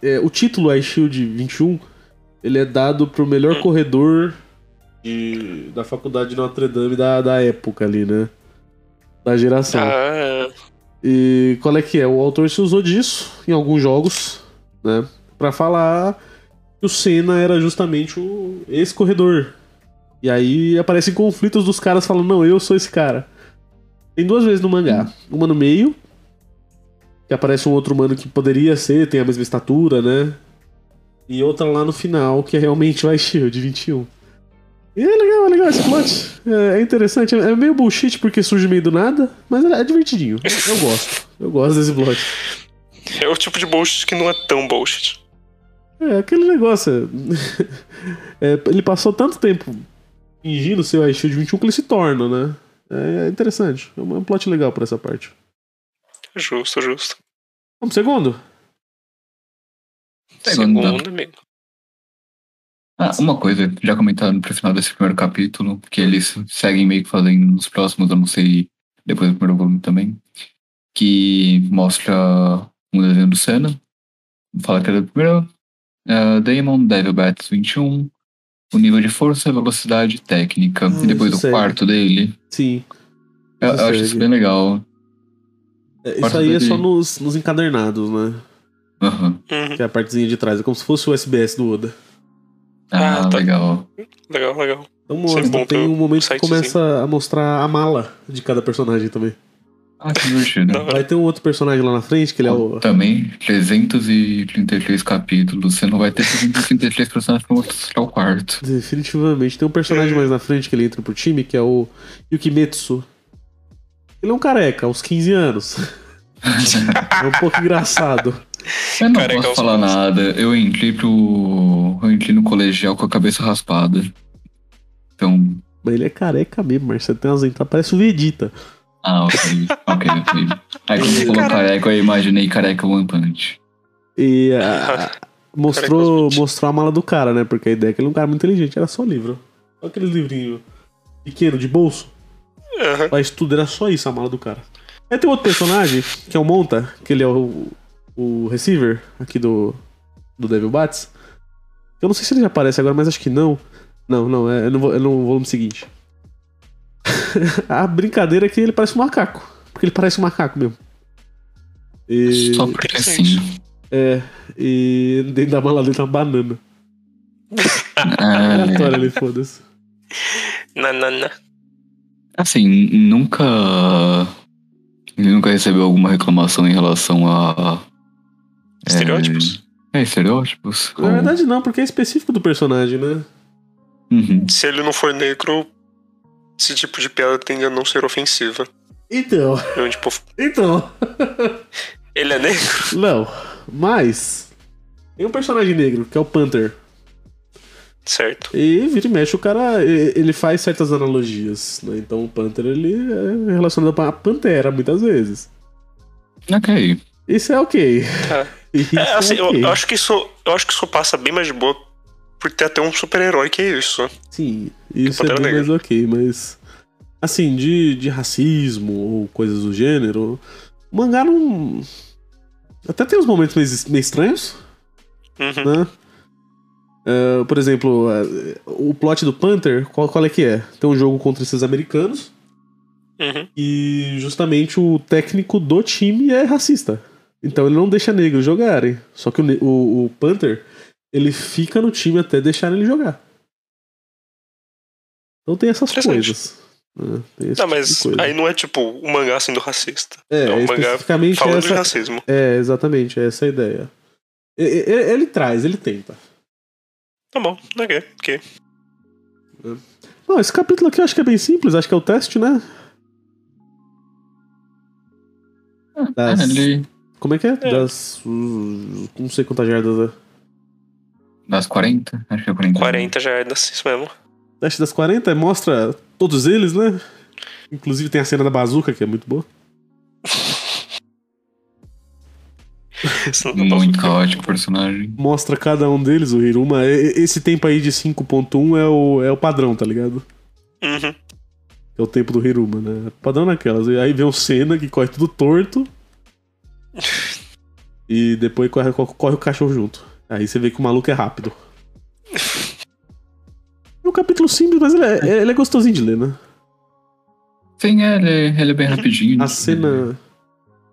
é, o título Ice Shield 21 ele é dado pro melhor corredor de- da faculdade de Notre Dame da, da época ali, né? Da geração. Ah, E qual é que é? O autor se usou disso em alguns jogos, né? Pra falar que o Senna era justamente o, esse corredor. E aí aparecem conflitos dos caras falando, não, eu sou esse cara. Tem duas vezes no mangá. Uma no meio, que aparece um outro humano que poderia ser, tem a mesma estatura, né? E outra lá no final, que é realmente o Ice Shield 21. E é legal, é legal esse plot. É, é interessante, é é meio bullshit porque surge meio do nada, mas é é divertidinho. Eu, eu gosto. Eu gosto desse plot. é o tipo de bullshit que não é tão bullshit. É aquele negócio. é, é, ele passou tanto tempo fingindo ser o Ice Shield 21 que ele se torna, né? É, é interessante. É um é um plot legal pra essa parte. Justo, justo. Vamos pro segundo? Segunda. Segundo, amigo. Ah, uma coisa, já comentaram pro final desse primeiro capítulo, que eles seguem meio que fazendo nos próximos, eu não sei, depois do primeiro volume também, que mostra um desenho do Senna, fala que era o primeiro, eh, Damon, Devil Bats 21, o nível de força, velocidade e técnica, Ah, e depois isso do segue. quarto dele, Sim. eu, Isso eu acho isso segue. bem legal. É, isso Parte aí é dele- só nos, nos encadernados, né? Aham. Uhum. Que é a partezinha de trás. É como se fosse o SBS do Oda. Ah, Ah, tá. legal. Legal, legal. Então Isso é mostra, bom tem pro um momento que sitezinho. começa a mostrar a mala de cada personagem também. Ah, que divertido. Da hora. Vai ter um outro personagem lá na frente, que ele é o. Também, 333 capítulos, você não vai ter 333 personagens pra mostrar é o quarto. Definitivamente. Tem um personagem mais na frente que ele entra pro time, que é o Yukimetsu. Ele é um careca, aos 15 anos. É um pouco engraçado. Eu não Careca posso aos falar poucos. nada, eu entrei pro. Eu entrei no colegial com a cabeça raspada. Então. Mas ele é careca mesmo, Marcelo. Tem umas entradas, parece o Vegeta. Ah, ok, ok, ok. Aí quando você falou careca, eu imaginei careca One Punch. E ah, mostrou, mostrou a mala do cara, né? Porque a ideia é que ele é um cara muito inteligente, era só livro. Só aqueles livrinhos pequeno de bolso. Aham. Mas tudo era só isso, a mala do cara. Aí tem outro personagem, que é o Monta, que ele é o, o receiver aqui do, do Devil Bats. Eu não sei se ele já aparece agora, mas acho que não. Não, não, é, é no, vo- é no volume seguinte. A brincadeira é que ele parece um macaco. Porque ele parece um macaco mesmo. E, Só porque assim. é, e dentro da mala dele tá uma banana. É, Aleatório ali, foda-se. Na, na, na. assim, nunca. Ele nunca recebeu alguma reclamação em relação a. é, Estereótipos? É, estereótipos. Na Ou- verdade, não, porque é específico do personagem, né? Uhum. Se ele não for negro, esse tipo de piada tende a não ser ofensiva. Então, Eu, tipo, então. ele é negro? Não, mas. Tem um personagem negro, que é o Panther. Certo. E vira e mexe, o cara. e- Ele faz certas analogias, né? Então o Panther, ele é relacionado a Pantera, muitas vezes. Ok. Isso é ok. Tá. Isso É, assim, eu, ok. eu acho que isso, eu acho que isso passa bem mais de boa por ter até um super-herói que é isso. Sim, isso é Pantera bem Negra. mais ok, mas. Assim, de, de racismo ou coisas do gênero, o mangá não. Até tem uns momentos meio, meio estranhos, Uhum. né? É, por exemplo, é, o plot do Panther, qual, qual é que é? Tem um jogo contra esses americanos Uhum. e justamente o técnico do time é racista. Então ele não deixa negros jogarem. Só que o, ne- o, o Panther, ele fica no time até deixar ele jogar. Então tem essas Interessante. coisas. né? Tem esse Tá, tipo de mas coisa. aí não é tipo o mangá sendo racista. é, é um mangá especificamente Falando de essa, racismo. é, exatamente, é essa a ideia. E- e- Ele, traz, ele tenta. Tá bom, ok, ok. Bom, esse capítulo aqui eu acho que é bem simples, acho que é o teste, né? Das- É, ele. Como é que é? É. Das. uh, Não sei quantas jardas é. Das 40? Acho que é 40. 40 já é isso mesmo. Teste das 40 mostra todos eles, né? Inclusive tem a cena da bazuca, que é muito boa. Isso não tá Muito bom. caótico o personagem. Mostra cada um deles, o Hiruma. E- e- Esse tempo aí de 5.1 é o, é o padrão, tá ligado? Uhum. É o tempo do Hiruma, né? Padrão naquelas. E aí vem o Senna que corre tudo torto. e depois corre, corre o cachorro junto. Aí você vê que o maluco é rápido. É um capítulo simples, mas ele é, ele é gostosinho de ler, né? Sim, é, ele, é- ele é bem rapidinho. A cena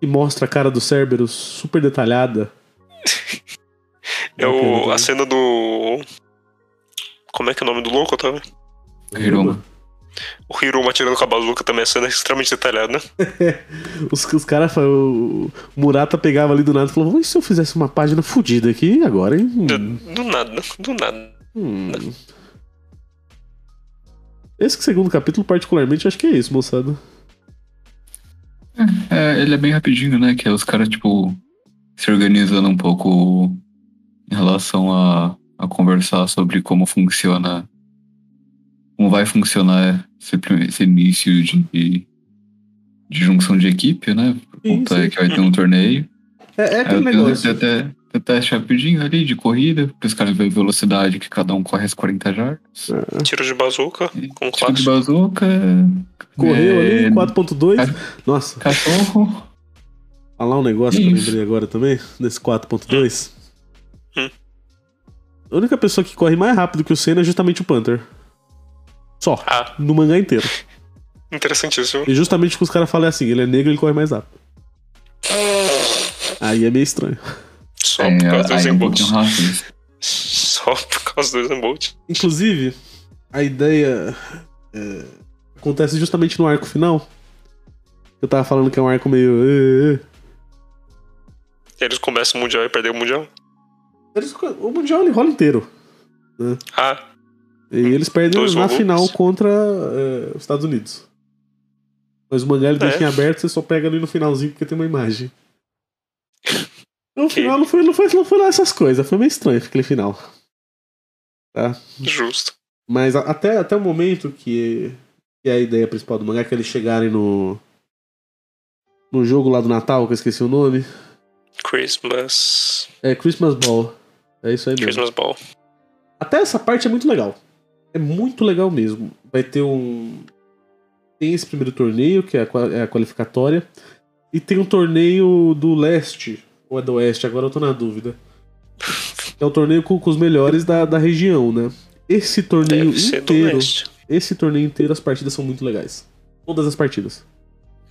que mostra a cara do Cerberus super detalhada. É o, a cena do. Como é que é o nome do louco, tá? Hiruma. O Hiruma atirando com a bazuca também, a cena é extremamente detalhada. Os, os caras falam. O Murata pegava ali do nada e falou: "Ui, se eu fizesse uma página fodida aqui agora, hein? Do, Hum, do nada, do nada. hum." Esse segundo capítulo, particularmente, eu acho que é isso, moçada. É, ele é bem rapidinho, né? Que é os caras, tipo, se organizando um pouco em relação a, a conversar sobre como funciona. Como vai funcionar esse, prime- esse início de, de junção de equipe, né? Por Sim, conta sim. que vai ter um torneio. É, é Aí aquele tem- negócio. Tem até, tem teste rapidinho ali de corrida, para os caras verem a velocidade que cada um corre as 40 jardas. Ah. Tiro de bazuca E com Tiro Tipo de classe. bazuca. Correu é, ali, 4.2. Nossa, Cachorro. falar um negócio que eu Isso. lembrei agora também, nesse 4.2. Hum. A única pessoa que corre mais rápido que o Senna é justamente o Panther. Só. Ah. No mangá inteiro. Interessantíssimo. E justamente o que os caras falam é assim, ele é negro ele corre mais rápido. Ah. Aí é meio estranho. Só É, por causa dos aí é um embolts. pouquinho racista. Só por causa dos embolts. Inclusive, a ideia é, acontece justamente no arco final. Eu tava falando que é um arco meio. "Ê, ê, ê". Eles começam o mundial e perdem o mundial. Eles- O Mundial ele rola inteiro. Ah, E eles perdem Dois na volumes. final contra é, os Estados Unidos. Mas o mangá ele deixa em aberto, você só pega ali no finalzinho porque tem uma imagem. No Ok. final não foi, não, foi, não foi lá essas coisas, foi meio estranho aquele final. justo. Mas a- até, até o momento que, que é a ideia principal do mangá, que é eles chegarem no. No jogo lá do Natal, que eu esqueci o nome. Christmas. É Christmas Ball. É isso aí Hum. mesmo. Christmas Ball. Até essa parte é muito legal. É muito legal mesmo. Vai ter um. Tem esse primeiro torneio, que é a, qua- é a qualificatória. E tem um torneio do leste, ou é do Oeste, agora eu tô na dúvida. É o torneio com, com os melhores da, da região, né? Esse torneio Deve ser do inteiro. leste. Esse torneio inteiro as partidas são muito legais. Todas as partidas.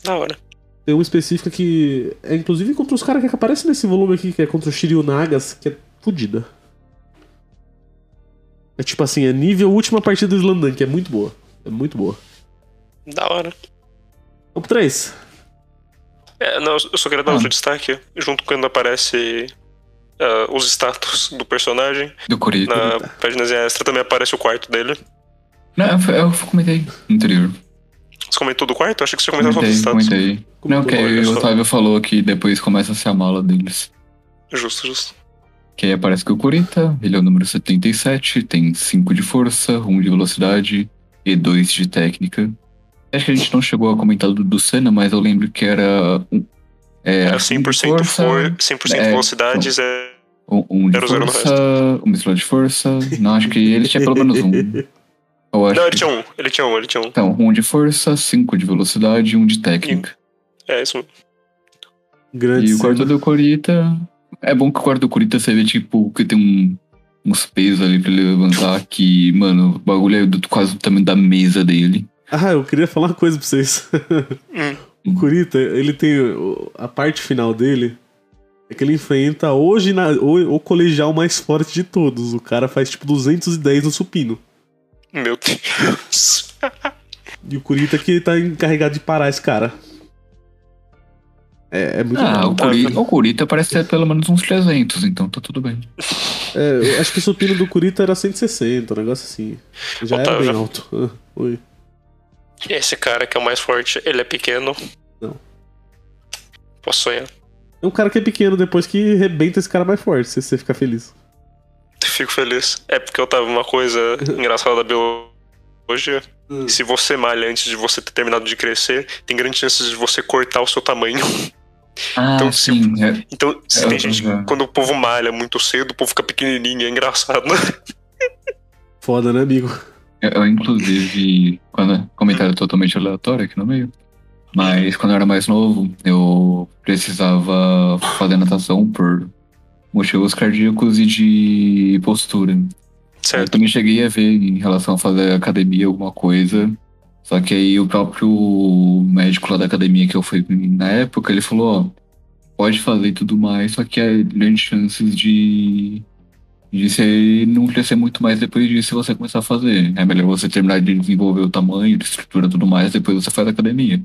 Da hora. Tem uma específica que é inclusive contra os caras que aparecem nesse volume aqui, que é contra o Shiryu Nagas, que é fodida. É tipo assim, é nível última partida do Slandan, que é muito boa. É muito boa. Da hora. Top 3. É, não, eu só queria dar Ah. outro destaque, junto quando aparece ah, os status do personagem. Do Corito. Na páginazinha extra também aparece o quarto dele. Não, eu, eu comentei no anterior. Você comentou do quarto? Eu achei que você comentava só dos Comentei, status. comentei. Como é? Não, porque olha aí o só. Otávio falou que depois começa a ser a mala deles. Justo, justo. Que aí aparece que o Kurita, ele é o número 77, tem 5 de força, 1 de velocidade e 2 de técnica. Acho que a gente não chegou a comentar do, do Senna, mas eu lembro que era. um- É, Era acho que um de 100% força, for, 100% é, velocidades é Um, um de Zero, zero no força, um mistura de força. Não, acho que ele tinha pelo menos um. Eu acho Não, ele que- tinha um, ele tinha um, ele tinha um. Então, um de força, cinco de velocidade e um de técnica. É isso mesmo. Grande. e o sim. quarto do Corita. É bom que o quarto do Corita você vê, tipo, que tem um- uns pesos ali pra ele levantar. Que, mano, o bagulho é do, quase do tamanho da mesa dele. Ah, eu queria falar uma coisa pra vocês. Hum, O Kurita, ele tem. o- A parte final dele é que ele enfrenta hoje na- o, o colegial mais forte de todos. O cara faz tipo 210 no supino. meu Deus. E o Kurita que tá encarregado de parar esse cara. É, é muito Ah, o bom. Kurita, o Kurita parece ter pelo menos uns 300, então tá tudo bem. É, eu acho que o supino do Kurita era 160, um negócio assim. Já era Otávio. bem alto. Ah, Oi. Esse cara que é o mais forte, ele é pequeno. Não. Posso sonhar. É um cara que é pequeno depois que rebenta esse cara mais forte, se você ficar feliz. Fico feliz. É porque eu tava uma coisa engraçada da biologia. Hum. Se você malha antes de você ter terminado de crescer, tem grandes chances de você cortar o seu tamanho. Ah, Então, sim. é- Então, se É, tem gente, já. quando o povo malha muito cedo, o povo fica pequenininho, é engraçado. Foda, né, amigo? Eu, eu, inclusive, quando comentário totalmente aleatório aqui no meio. Mas quando eu era mais novo, eu precisava fazer natação por motivos cardíacos e de postura. Eu Certo. também cheguei a ver em relação a fazer academia alguma coisa. Só que aí o próprio médico lá da academia que eu fui na época, ele falou, ó, pode fazer e tudo mais, só que há grandes chances de, de você não crescer muito mais depois disso se você começar a fazer. É melhor você terminar de desenvolver o tamanho, estrutura e tudo mais, depois você faz academia.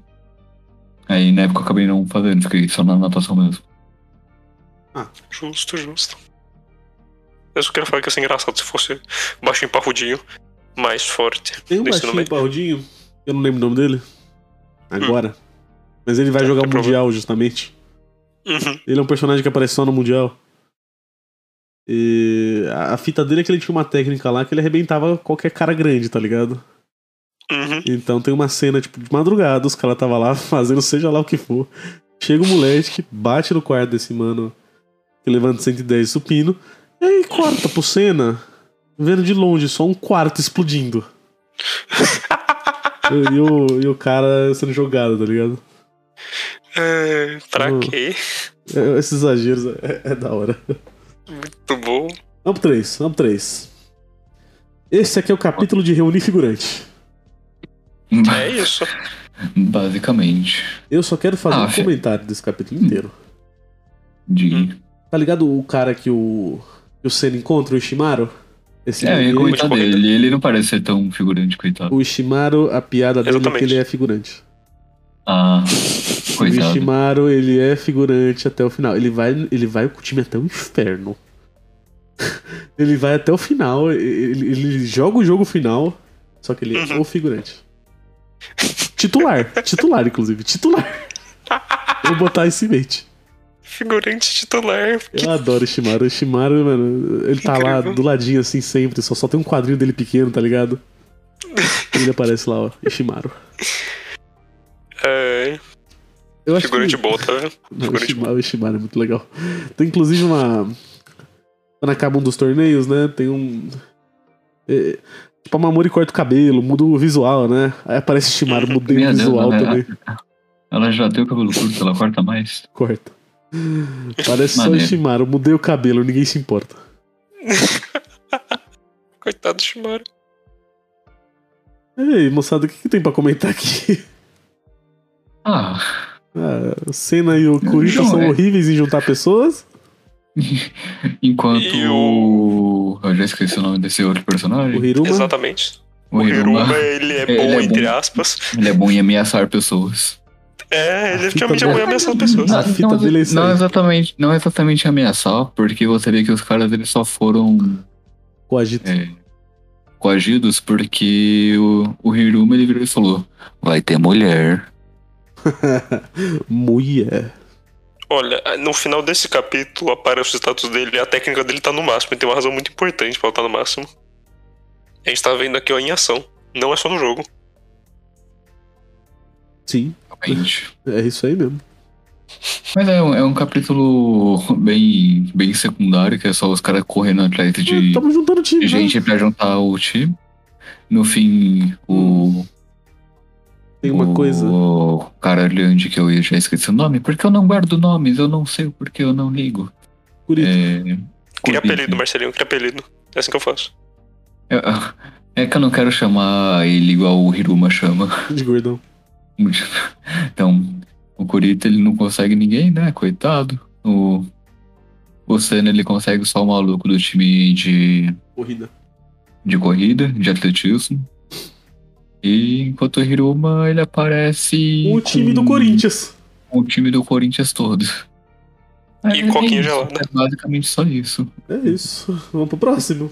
Aí na época eu acabei não fazendo, fiquei só na natação mesmo. Justo, justo. Eu só quero falar que ia ser engraçado se fosse baixinho parrudinho, mais forte. Tem um Desse baixinho nome aí. baldinho, eu não lembro o nome dele. Agora. Mas ele vai Tá, jogar o tem Mundial, problema. justamente. Uhum. Ele é um personagem que aparece só no Mundial. E a a fita dele é que ele tinha uma técnica lá que ele arrebentava qualquer cara grande, tá ligado? Uhum. Então tem uma cena, tipo, de madrugada, os caras tava lá fazendo seja lá o que for. Chega o moleque, bate no quarto desse mano, que levanta 110 supino, e aí corta pro cena, vendo de longe, só um quarto explodindo. e, e o, e o cara sendo jogado, tá ligado? É, pra Hum. quê? É, esses exageros é, é da hora. Muito bom. Vamos pro 3, vamos pro 3. Esse aqui é o capítulo de reunir figurante. É isso. Basicamente. Eu só quero fazer Ah, um fi- comentário desse capítulo inteiro. De... Hum. Tá ligado o cara que o, que o Senna encontra, o Ishimaru? Esse É, eu ia nome dele. comentar Muito corrida. dele. Ele não parece ser tão figurante, coitado. o Ishimaru, a piada dele é Exatamente. que ele é figurante. Ah, O coitado. Ishimaru, ele é figurante até o final. Ele vai, ele vai o time até o inferno. ele vai até o final, ele, ele joga o jogo final, só que ele é o figurante. titular, titular, inclusive, titular. Vou botar esse mate. Figurante titular. Que Eu adoro o Shimaru. O Shimaru, mano, ele tá lá Incrível. do ladinho assim sempre, só, só tem um quadrinho dele pequeno, tá ligado? Ele aparece lá, ó, Ishimaru. é, Eu acho figurante que... é bom, tá vendo? Não, o figurante Ishimaru, o Ishimaru é muito legal. Tem inclusive uma. Quando acaba um dos torneios, né? Tem um. é, Tipo, a Mamori corta o cabelo, muda o visual, né? Aí aparece o Shimaru, mudei o É, Meu Deus, é. visual né? ela- também. Ela já tem o cabelo curto, ela corta mais. Corta. Parece só Maneiro. Ishimaru. Mudei o cabelo, ninguém se importa. Coitado do Shimaru. Ei, moçada, o que, que tem pra comentar aqui? Ah, Ah, o Senna e o Kurita Não, são é. horríveis em juntar pessoas? enquanto E o... Eu já esqueci o nome desse outro O personagem. Hiruma? Exatamente. O O Hiruma. Hiruma, ele é Ele bom, é entre bom. aspas. Ele é bom em ameaçar pessoas. É, ele Ah, realmente é fica bom bom. em ameaçar pessoas. Ah, fita dele é isso não aí. exatamente, não exatamente ameaçar, porque você vê que os caras eles só foram Coagito. é, coagidos porque o, o Hiruma ele virou e falou: Vai ter mulher. É. Mulher. Olha, no final desse capítulo aparece o status dele e a técnica dele tá no máximo. E tem uma razão muito importante pra ela tá no máximo. A gente tá vendo aqui, ó, em ação. Não é só no jogo. Sim, Realmente. é isso aí mesmo. Mas é, um- é um capítulo bem, bem secundário, que é só os caras correndo atrás de, Estamos juntando time. de né? gente pra juntar o time. No fim, o. Tem uma o, coisa. O cara grande que eu já esqueci o nome, porque eu não guardo nomes, eu não sei o porquê, eu não ligo. Kurita. É, Cria Kurita. apelido, Marcelinho, cria apelido. É assim que eu faço. Eu- É que eu não quero chamar ele igual o Hiruma chama. De gordão. Então, o Kurita ele não consegue ninguém, né? Coitado. O, o Senna ele consegue só o maluco do time de, Corrida. de corrida, de atletismo. E enquanto o Hiruma ele aparece. O time do com- Corinthians. com O time do Corinthians todo. E coquinha isso. gelada. É basicamente só isso. É isso. Vamos pro próximo.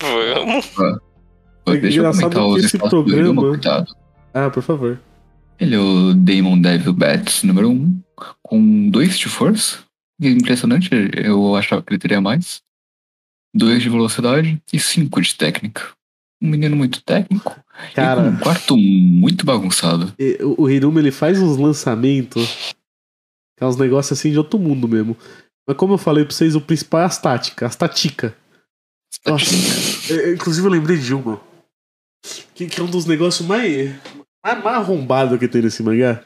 Vamos. É Deixa eu engraçado comentar que os esse status do Hiruma, programa- coitado. Ah, por favor. Ele é o Demon Devil Bats número 1, um, com 2 de força. E é Impressionante, eu achava que ele teria mais. 2 de velocidade e 5 de técnica. Um menino muito técnico. E com Cara, um quarto muito bagunçado. e- o o Hiruma ele faz uns lançamentos. Que é uns negócios assim de outro mundo mesmo. Mas como eu falei pra vocês, o principal é as táticas. As táticas. Nossa. É, é, inclusive eu lembrei de uma. Que, que é um dos negócios mais, mais, mais arrombados que tem nesse mangá.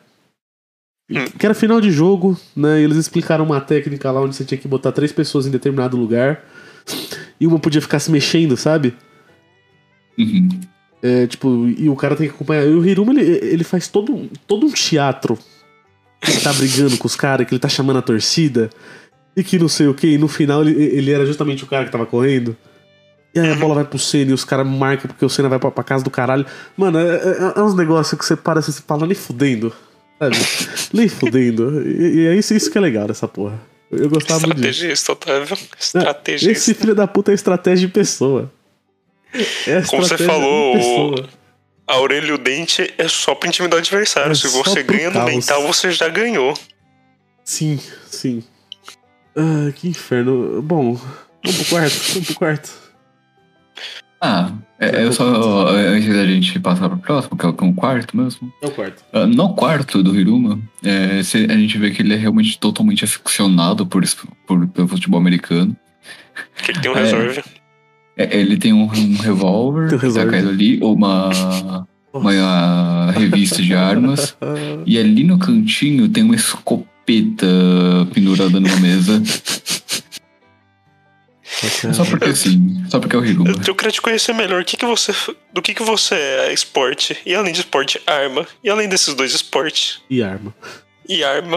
Hum. Que era final de jogo, né? E eles explicaram uma técnica lá onde você tinha que botar três pessoas em determinado lugar. E uma podia ficar se mexendo, sabe? Uhum. É, tipo, e o cara tem que acompanhar. E o Hiruma, ele, ele faz todo, um- todo um teatro. Que ele tá brigando com os caras, que ele tá chamando a torcida. E que não sei o que. E no final ele, ele era justamente o cara que tava correndo. E aí a bola vai pro Senna e os caras marcam porque o Senna vai pra, pra casa do caralho. Mano, é, é- é uns negócios que você para e você fala nem fudendo. Sabe? nem fudendo. E, e é isso, isso que é legal dessa porra. Eu, eu gostava muito disso. Estrategista, Otávio. Estrategista. Esse filho da puta é estratégia de pessoa. É a Como você estratégia de falou, o- pessoa. A orelha e o dente é só pra intimidar o adversário. É Se só você pro ganha no caos. mental, você já ganhou. Sim, sim. Ah, que inferno. Bom, vamos pro quarto, vamos pro quarto. Ah, um é- eu só. Antes da gente passar pro próximo, que é o que é o quarto mesmo. É o quarto. Ah, No quarto do Hiruma, é, cê- a gente vê que ele é realmente totalmente aficionado por, es- por, pelo futebol americano. Que ele tem um É. reserve. É, ele tem um, um revólver Tem um que tá revólver. caindo ali, ou uma, uma revista de armas. E ali no cantinho tem uma escopeta pendurada numa mesa. Só porque sim, só porque é o Hiruma. Eu queria te conhecer melhor. O que que você, do que, que você é? Esporte. E além de esporte, arma. E além desses dois, esporte E arma. e arma.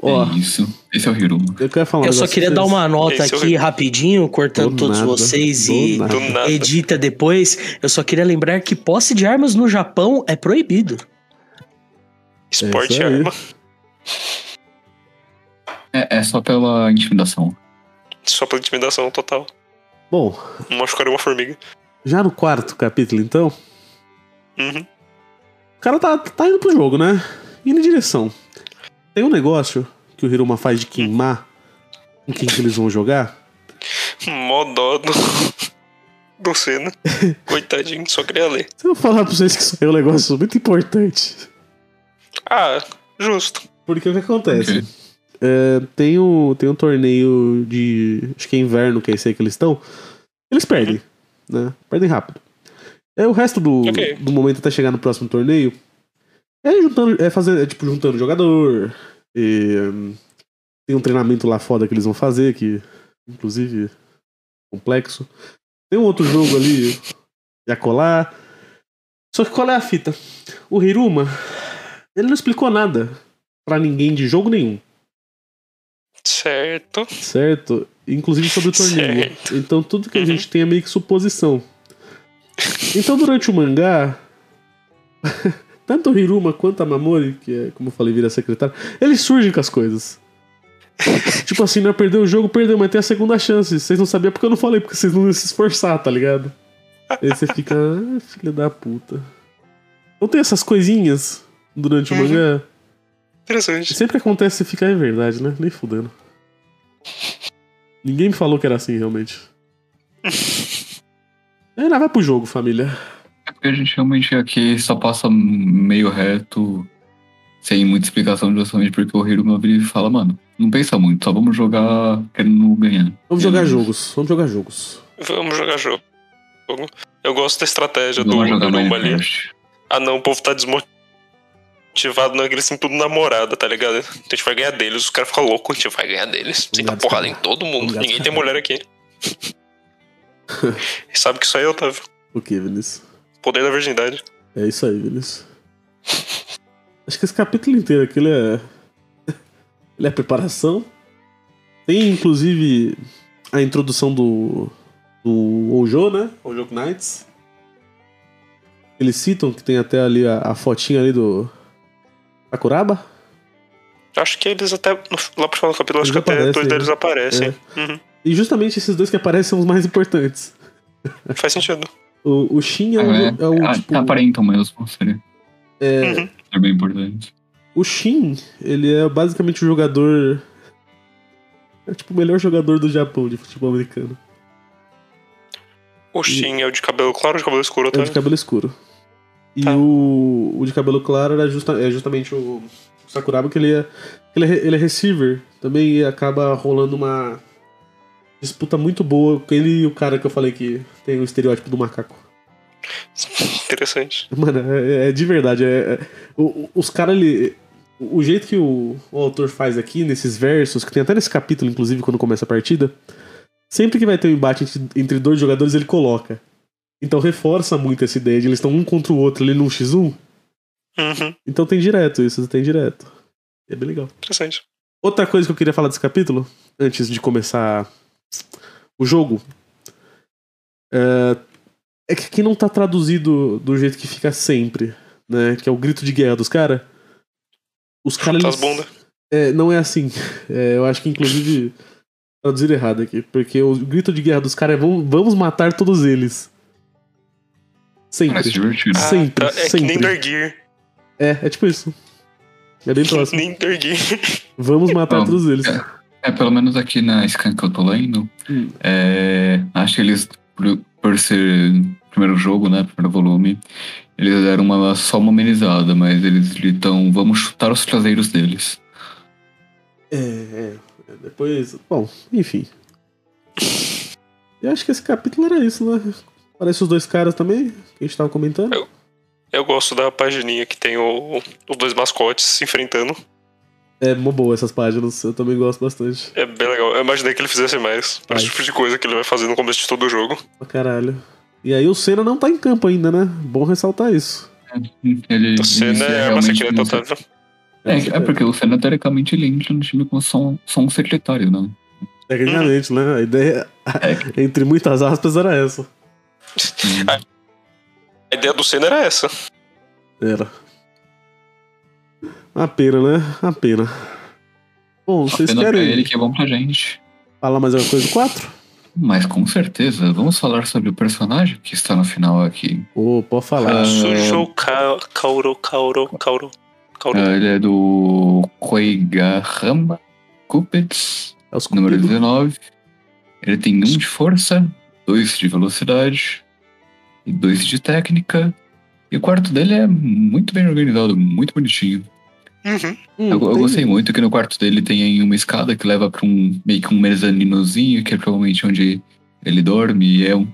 Ó, É isso. Esse é o Hiruma. eu quero falar um Eu só negócio queria pra dar vocês. uma nota Esse eu aqui rapidinho, cortando Do todos nada, vocês do e nada. Do nada. edita depois. Eu só queria lembrar que posse de armas no Japão é proibido. Esporte isso e aí. arma. É, é só pela intimidação. Só pela intimidação total. Bom, Não machucaram uma formiga. já no quarto capítulo, então, o Uhum. cara tá, tá indo pro jogo, né? Indo em direção. Tem um negócio que o Hiruma faz de queimar com quem que eles vão jogar. Mó dó do, do Senna. Coitadinho, só queria ler. Se eu falar pra vocês que isso é um negócio muito importante. Ah, justo. Porque o que acontece? Ok. É, tem, um, tem um torneio de. Acho que é inverno, que é esse aí que eles estão. Eles perdem, né? Perdem rápido. É o resto do, Ok. do momento até chegar no próximo torneio. É juntando. É fazer. É tipo juntando jogador. E, hum, tem um treinamento lá foda que eles vão fazer, que inclusive é complexo. Tem um outro jogo ali, Yacolá. Só que qual é a fita? O Hiruma, ele não explicou nada pra ninguém de jogo nenhum, Certo. certo? Inclusive sobre o torneio. Certo. Então tudo que a Uhum. gente tem é meio que suposição. Então durante o mangá, tanto o Hiruma quanto a Mamori, que é, como eu falei, vira secretário, eles surgem com as coisas. tipo assim, não perdeu o jogo, perdeu, mas tem a segunda chance. Vocês não sabiam porque eu não falei, porque vocês não iam se esforçar, tá ligado? Aí você fica, ah, filha da puta. Então tem essas coisinhas durante o Uhum. mangá. Interessante. Sempre acontece se ficar é verdade, né? Nem fudendo. Ninguém me falou que era assim, realmente. É, lá vai pro jogo, família. É porque a gente realmente aqui só passa meio reto, sem muita explicação, justamente porque o Hiruma vira e fala, mano, não pensa muito, só vamos jogar querendo ganhar. Vamos jogar É, jogos, vamos jogar jogos. Vamos jogar jogo. Eu gosto da estratégia do Vamos jogar Urumba ali. Minecraft. Ah não, o povo tá desmotivado naquele assim, tudo namorada, tá ligado? A gente vai ganhar deles, os caras ficam loucos, a gente vai ganhar deles. Sem dar Obrigado, porrada em cara. todo mundo. Obrigado, Ninguém cara. tem mulher aqui. E sabe que isso aí é Otávio. O que, Vinícius? Poder da virgindade. É isso aí, Vinícius. Acho que esse capítulo inteiro aqui ele é. ele é preparação. Tem, inclusive, a introdução do. do Ojo, né? Ojo Knights. Eles citam que tem até ali a, a fotinha ali do. Sakuraba? Acho que eles até. no- Lá pro final do capítulo, acho Eles que até aparecem, dois né? deles aparecem. Uhum. E justamente esses dois que aparecem são os mais importantes. É. Faz sentido. O, o Shin é o. É, é o, ah, tipo, aparentam mesmo, seria, é- Uhum. seria bem importante. O Shin, ele é basicamente o jogador. É tipo o melhor jogador do Japão de futebol americano. O Shin é o de cabelo claro ou de cabelo escuro, É o Otávio? de cabelo escuro. E Tá. o, o de cabelo claro era justa- é justamente o Sakuraba, que ele é, ele é, re- ele é receiver também e acaba rolando uma disputa muito boa com ele e o cara que eu falei que tem o estereótipo do macaco. Interessante. Mano, é, é de verdade. É, é- o- o- os caras, ele. O jeito que o, o autor faz aqui, nesses versos, que tem até nesse capítulo, inclusive, quando começa a partida, sempre que vai ter um embate entre, entre dois jogadores, ele coloca. Então reforça muito essa ideia de eles estão um contra o outro ali num X1. Uhum. Então tem direto isso, tem direto. É bem legal. Interessante. Outra coisa que eu queria falar desse capítulo, antes de começar o jogo, é, é que aqui não tá traduzido do jeito que fica sempre, né? Que é o grito de guerra dos caras. Os caras. Tá as eles- bundas. É, não é assim. É, eu acho que, inclusive, traduziram errado aqui. Porque o grito de guerra dos caras é "Vamos- vamos matar todos eles. Parece Sempre. É divertido. Ah. sempre, tá. É que nem sempre. Dark Gear. É, é tipo isso. É bem Então, assim, próximo. nem Dark Gear. Vamos matar Bom, todos eles. É, pelo menos aqui na scan que eu tô lendo, Hum. é, acho que eles, por, por ser primeiro jogo, né, primeiro volume, eles deram uma, só uma amenizada, mas eles gritam, vamos chutar os traseiros deles. É, é, é, depois. Bom, enfim. Eu acho que esse capítulo era isso, né? Parece os dois caras também, que a gente tava comentando. Eu gosto da pagininha que tem o- os dois mascotes se enfrentando. É mó boa essas páginas, eu também gosto bastante. É bem legal. Eu imaginei que ele fizesse mais. É o Faz. tipo de coisa que ele vai fazer no começo de todo o jogo. Pra caralho. E aí o Senna não tá em campo ainda, né? Bom ressaltar isso. Ele, O Senna eles é arma realmente secreta, não se- Otávio. É, é porque o Senna, teoricamente, ele entra no time como só um, só um secretário, né? Tecnicamente, né? A ideia, É entre muitas aspas, era essa. Então, Ah, A ideia do Senna era essa. Era. Uma pena, né? Uma pena. Bom, Uma vocês pena pra ele querem que é bom pra gente. falar mais alguma coisa do 4? Mas com certeza, vamos falar sobre o personagem que está no final aqui. Ô, pode falar. Ah. Sujou Ka- Kaoru, Kaoru, Kaoru, Kaoru. Ah, ele é do Koigarama Kupets, É os número cupidos. 19. Ele tem 1 um de força, 2 de velocidade e 2 de técnica. E o quarto dele é muito bem organizado, muito bonitinho. Uhum. Hum, Eu, eu tem- gostei muito que no quarto dele tem aí uma escada que leva pra um meio que um mezaninozinho, que é provavelmente onde ele dorme. E é um...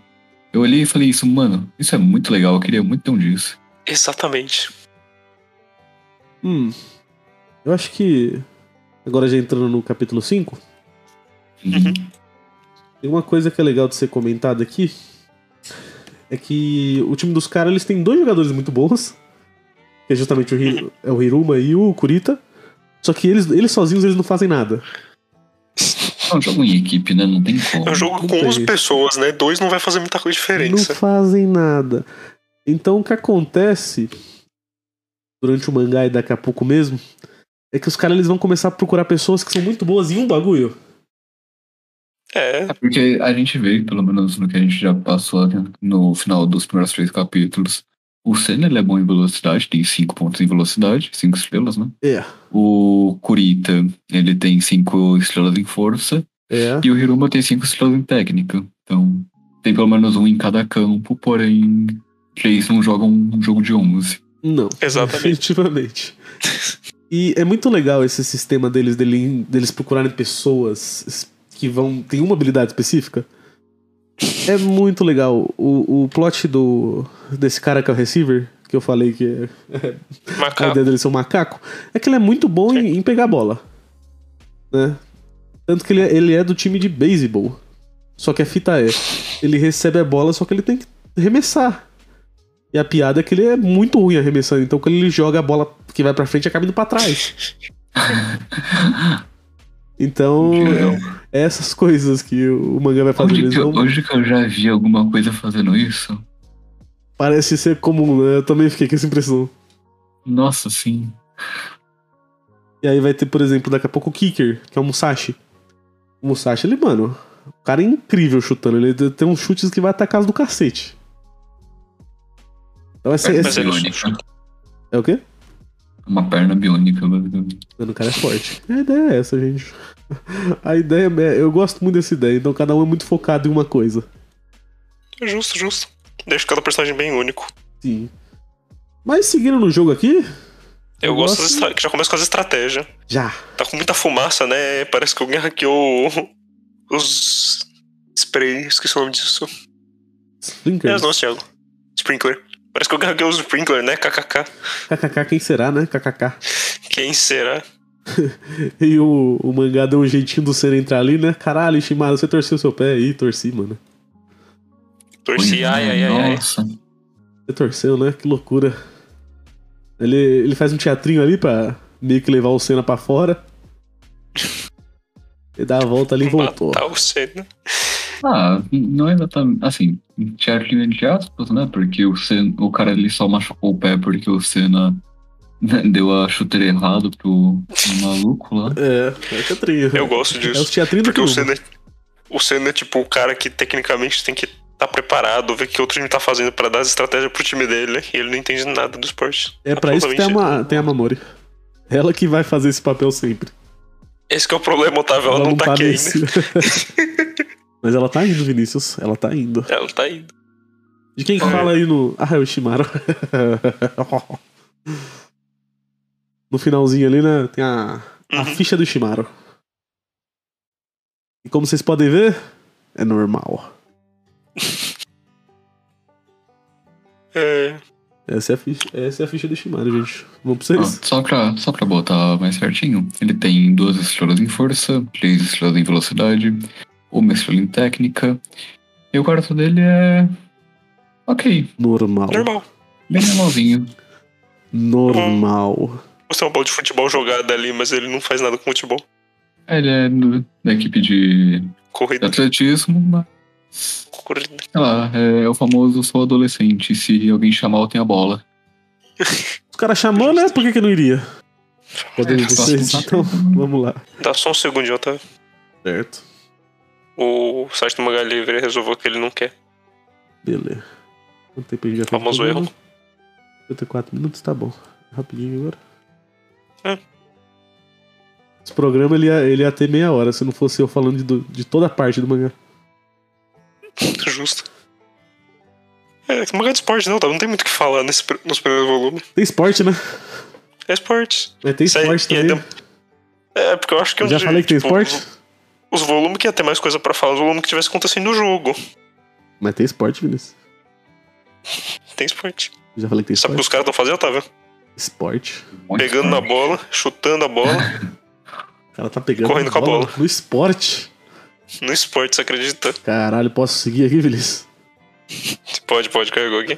Eu olhei e falei isso, mano, isso é muito legal, eu queria muito ter um disso. Exatamente. Hum. Eu acho que Agora já entrando no capítulo 5, Uhum. tem uma coisa que é legal de ser comentada aqui. É que o time dos caras, eles têm dois jogadores muito bons. Que é justamente o, Hi- é o Hiruma e o Kurita. Só que eles, eles sozinhos, eles não fazem nada. É um jogo em equipe, né? Não tem como. É um jogo com Não 11 tem. pessoas, né? Dois não vai fazer muita coisa diferença. Não fazem nada. Então o que acontece durante o mangá e daqui a pouco mesmo é que os caras eles vão começar a procurar pessoas que são muito boas em um bagulho. É, É Porque a gente vê, pelo menos no que a gente já passou no final dos primeiros três capítulos, o Senna ele é bom em velocidade, tem 5 pontos em velocidade, 5 estrelas, né? É. O Kurita, ele tem 5 estrelas em força, É. e o Hiruma tem 5 estrelas em técnica. Então, tem pelo menos um em cada campo, porém, três não jogam um jogo de 11. Não. Exatamente. Definitivamente. E é muito legal esse sistema deles, dele- deles procurarem pessoas que vão. tem uma habilidade específica. É muito legal. O, o plot do desse cara que é o receiver, que eu falei que é a macaco. ideia dele ser um macaco, é que ele é muito bom em, em pegar bola. Né? Tanto que ele é, ele é do time de beisebol. Só que a fita é, ele recebe a bola, só que ele tem que arremessar. E a piada é que ele é muito ruim arremessando, então quando ele joga a bola que vai pra frente, acaba indo pra trás. Então, é essas coisas que o mangá vai fazer. Hoje Eles que, eu- não hoje que eu já vi alguma coisa fazendo isso, parece ser comum, né? Eu também fiquei com essa impressão. nossa, sim. E aí vai ter, por exemplo, daqui a pouco o Kicker, que é o Musashi. O Musashi, ele, mano, o cara é incrível chutando. Ele tem uns chutes que vai até a casa do cacete. Então essa, É, Mas essa- ele- É o quê? Uma perna biônica, basicamente. Mano, o cara é forte. A ideia é essa, gente. A ideia é. Eu gosto muito dessa ideia, então cada um é muito focado em uma coisa. é Justo, justo. Deixa cada personagem bem único. Sim. Mas seguindo no jogo aqui. Eu, Eu gosto, das gosto- estra- que já começa com as estratégias. Já. Tá com muita fumaça, né? Parece que alguém hackeou o- os spray, esqueci o nome disso. É, Slinkers. não, Thiago. Sprinkler. Parece que alguém hackeou os sprinkler, né? KKK. KKK, quem será, né? KKK. Quem será? E o, o mangá deu um jeitinho do Senna entrar ali, né? Caralho, Shimada, você torceu seu pé aí, torci, mano. Torci, ai, ai, ai, ai. Nossa. Você torceu, né? Que loucura. Ele, ele faz um teatrinho ali pra meio que levar o Senna pra fora. Ele dá a volta ali e voltou. Matar o Senna. Ah, não é exatamente. Assim, Charlie entre aspas, né? Porque o, Sen, o cara ele só machucou o pé porque o Senna né, deu a chuteira errado pro maluco lá. É, é teatrinho. Eu gosto É os disso. teatrinhos do Porque o clube. Senna, o Senna é tipo o cara que tecnicamente tem que estar tá preparado, ver o que o outro time tá fazendo pra dar as estratégias pro time dele. E ele não entende nada do esporte. É pra isso que tem a, Ma- tem a Mamori. Ela que vai fazer esse papel sempre. Esse que é o problema, Otávio. Ela, não tá aqui ainda. nesse. Mas ela tá indo, Vinícius. Ela tá indo. Ela não tá indo. De quem que É. fala aí no. Ah, é o Shimaro. no finalzinho ali, né? Tem a, a Uhum. ficha do Shimaro. E como vocês podem ver, é normal. É. Essa é a ficha, essa é a ficha do Shimaro, gente. Vamos pra Ah, vocês? só, pra, só pra botar mais certinho, ele tem duas estrelas em força, três estrelas em velocidade, uma estrela em técnica. E o quarto dele é. Ok, Normal. Normal. bem normalzinho. Normal. Você é um bola de futebol jogada ali, mas ele não faz nada com futebol. Ele é do- da equipe de Corrida, atletismo, mas. corrida. Sei lá, é, o famoso sou adolescente. Se alguém chamar, eu tenho a bola. Os caras chamou, né? Por que, que não iria? Cadê É, vocês? faço- Então, vamos lá. Dá só um segundinho, tá? Certo. O site do Manga Livre resolveu que ele não quer. Beleza. Quanto tempo a gente já fez? Famoso erro. 54 minutos, tá bom. Rapidinho agora. É. Esse programa ele ia, ele ia ter meia hora, se não fosse eu falando de, do- de toda a parte do mangá. Justo. É, que manga de esporte não, tá? Não tem muito o que falar nesse, pr- nos primeiros volumes. Tem esporte, né? É esporte. Mas tem Isso aí, esporte e também. ainda- É, porque eu acho que... Eu um já dia, falei que tem tipo, esporte? Os, os volumes que ia ter mais coisa pra falar, os volumes que tivesse acontecendo no jogo. Mas tem esporte, Vinícius. Tem esporte. Eu já falei que tem Sabe o esporte. que os caras Tá estão fazendo, Otávio? Um Esporte. Muito Pegando na bola, chutando a bola. cara tá pegando Correndo com a bola. no esporte. No esporte, você acredita? Caralho, posso seguir aqui, Feliz? Pode, pode, carregou aqui.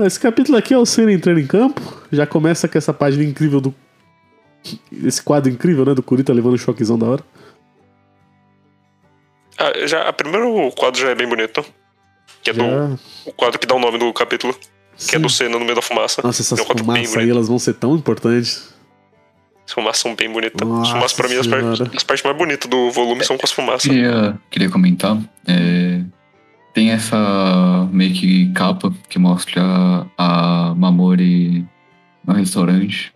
Esse capítulo aqui é o Senna entrando em campo. Já começa com essa página incrível do. Esse quadro incrível, né? Do Kurita levando um choquezão da hora. Ah, já, a primeiro quadro já é bem bonito. Que é do, Já... o quadro que dá o nome do capítulo, que é do Sim. Ah. Senna no meio da fumaça. Nossa, essas é um quadro bem fumaças aí, bonito. elas vão ser tão importantes. As fumaças são bem bonitas. As Nossa fumaças, pra mim, as, par- Senhora. Hum. as partes mais bonitas do volume são com as fumaças. Queria, queria comentar. é, tem essa meio que capa que mostra a Mamori no restaurante.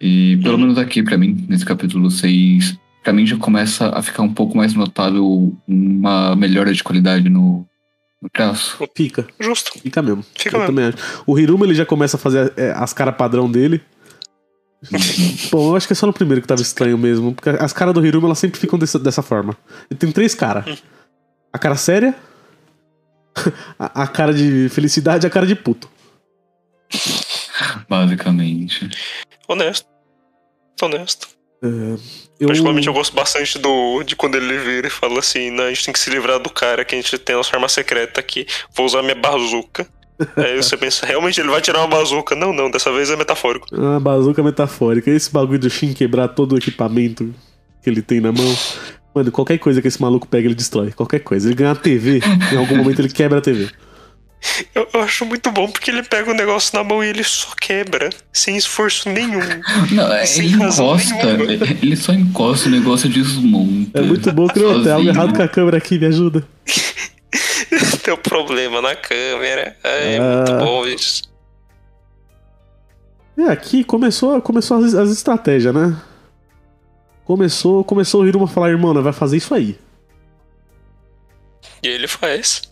E pelo Uhum. menos aqui, pra mim, nesse capítulo 6, pra mim já começa a ficar um pouco mais notável uma melhora de qualidade no, no traço. Fica, Justo, fica mesmo. fica Eu mesmo. também acho. O Hiruma ele já começa a fazer é, as caras padrão dele. Bom, eu acho que é só no primeiro que tava estranho mesmo. Porque as caras do Hiruma elas sempre ficam dessa, dessa forma. Ele tem três Hum. caras: a cara séria, a, a cara de felicidade e a cara de puto. Basicamente. Honesto. Honesto. É, Eu, Particularmente eu gosto bastante do, de quando ele vira e fala assim, "Não, a gente tem que se livrar do cara que a gente tem nossa arma secreta aqui, vou usar minha bazuca. Aí você pensa, realmente ele vai tirar uma bazuca. Não, não, dessa vez é metafórico. Ah, bazuca metafórica. Esse bagulho do Shin quebrar todo o equipamento que ele tem na mão. Mano, qualquer coisa que esse maluco pega, ele destrói. Qualquer coisa. Ele ganha a TV, em algum momento ele quebra a TV. Eu, eu acho muito bom porque ele pega o negócio na mão e ele só quebra, sem esforço nenhum. Não, é, Sem ele razão encosta, nenhuma. ele só encosta, o negócio desmonta. É muito bom que não tem algo Sozinho. errado com a câmera aqui, me ajuda. Tem um problema na câmera. Ai, É Ah. muito bom isso. É, aqui começou, começou as, as estratégias, né? Começou, começou o Hiruma a falar, irmão, nós vai fazer isso aí. E ele faz.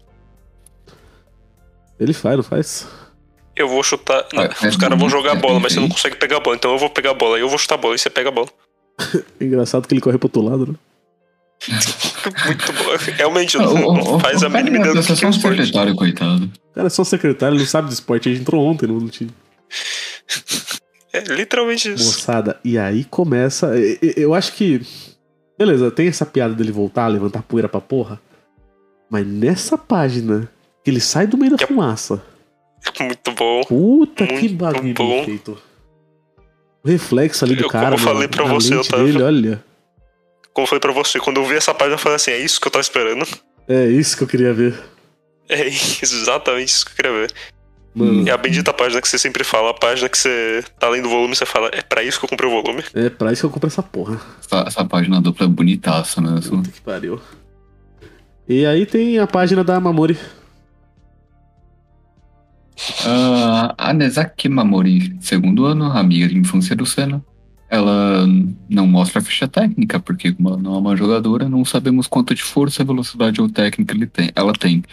Ele faz, não faz? Eu vou chutar. não, Ah, é os caras vão bonito, jogar a é bola, bem mas você não feito. consegue pegar a bola. Então eu vou pegar a bola. Eu vou chutar a bola e você pega a bola. Engraçado que ele corre pro outro lado, né? Muito bom. Realmente, Ah, não, o- não o- faz a o cara mínima ideia do que é que é só um um esporte. secretário, coitado. O cara é só secretário, ele não sabe de esporte, ele entrou ontem no time. É literalmente isso. Moçada, e aí começa. e- e- Eu acho que. Beleza, tem essa piada dele voltar, levantar poeira pra porra. Mas nessa página, que ele sai do meio da Yep. fumaça. Muito bom. Puta que é Muito bagulho bom. bem feito. O reflexo ali do Eu- como cara. eu falei mano, pra na você, lente Otávio. dele, olha. Como foi pra você, quando eu vi essa página, eu falei assim: é isso que eu tava esperando. É isso que eu queria ver. É exatamente isso que eu queria ver. Mano, É a bendita página que você sempre fala, a página que você tá lendo o volume, você fala, é pra isso que eu comprei o volume. é pra isso que eu compro essa porra. Essa, essa página dupla é bonitaça mesmo. Puta que pariu. E aí tem a página da Mamori. Ah, a Nezaki Mamori, segundo ano, amiga de infância do Senna. Ela não mostra a ficha técnica, porque como ela não é uma jogadora, não sabemos quanto de força, velocidade ou técnica ele tem, ela tem.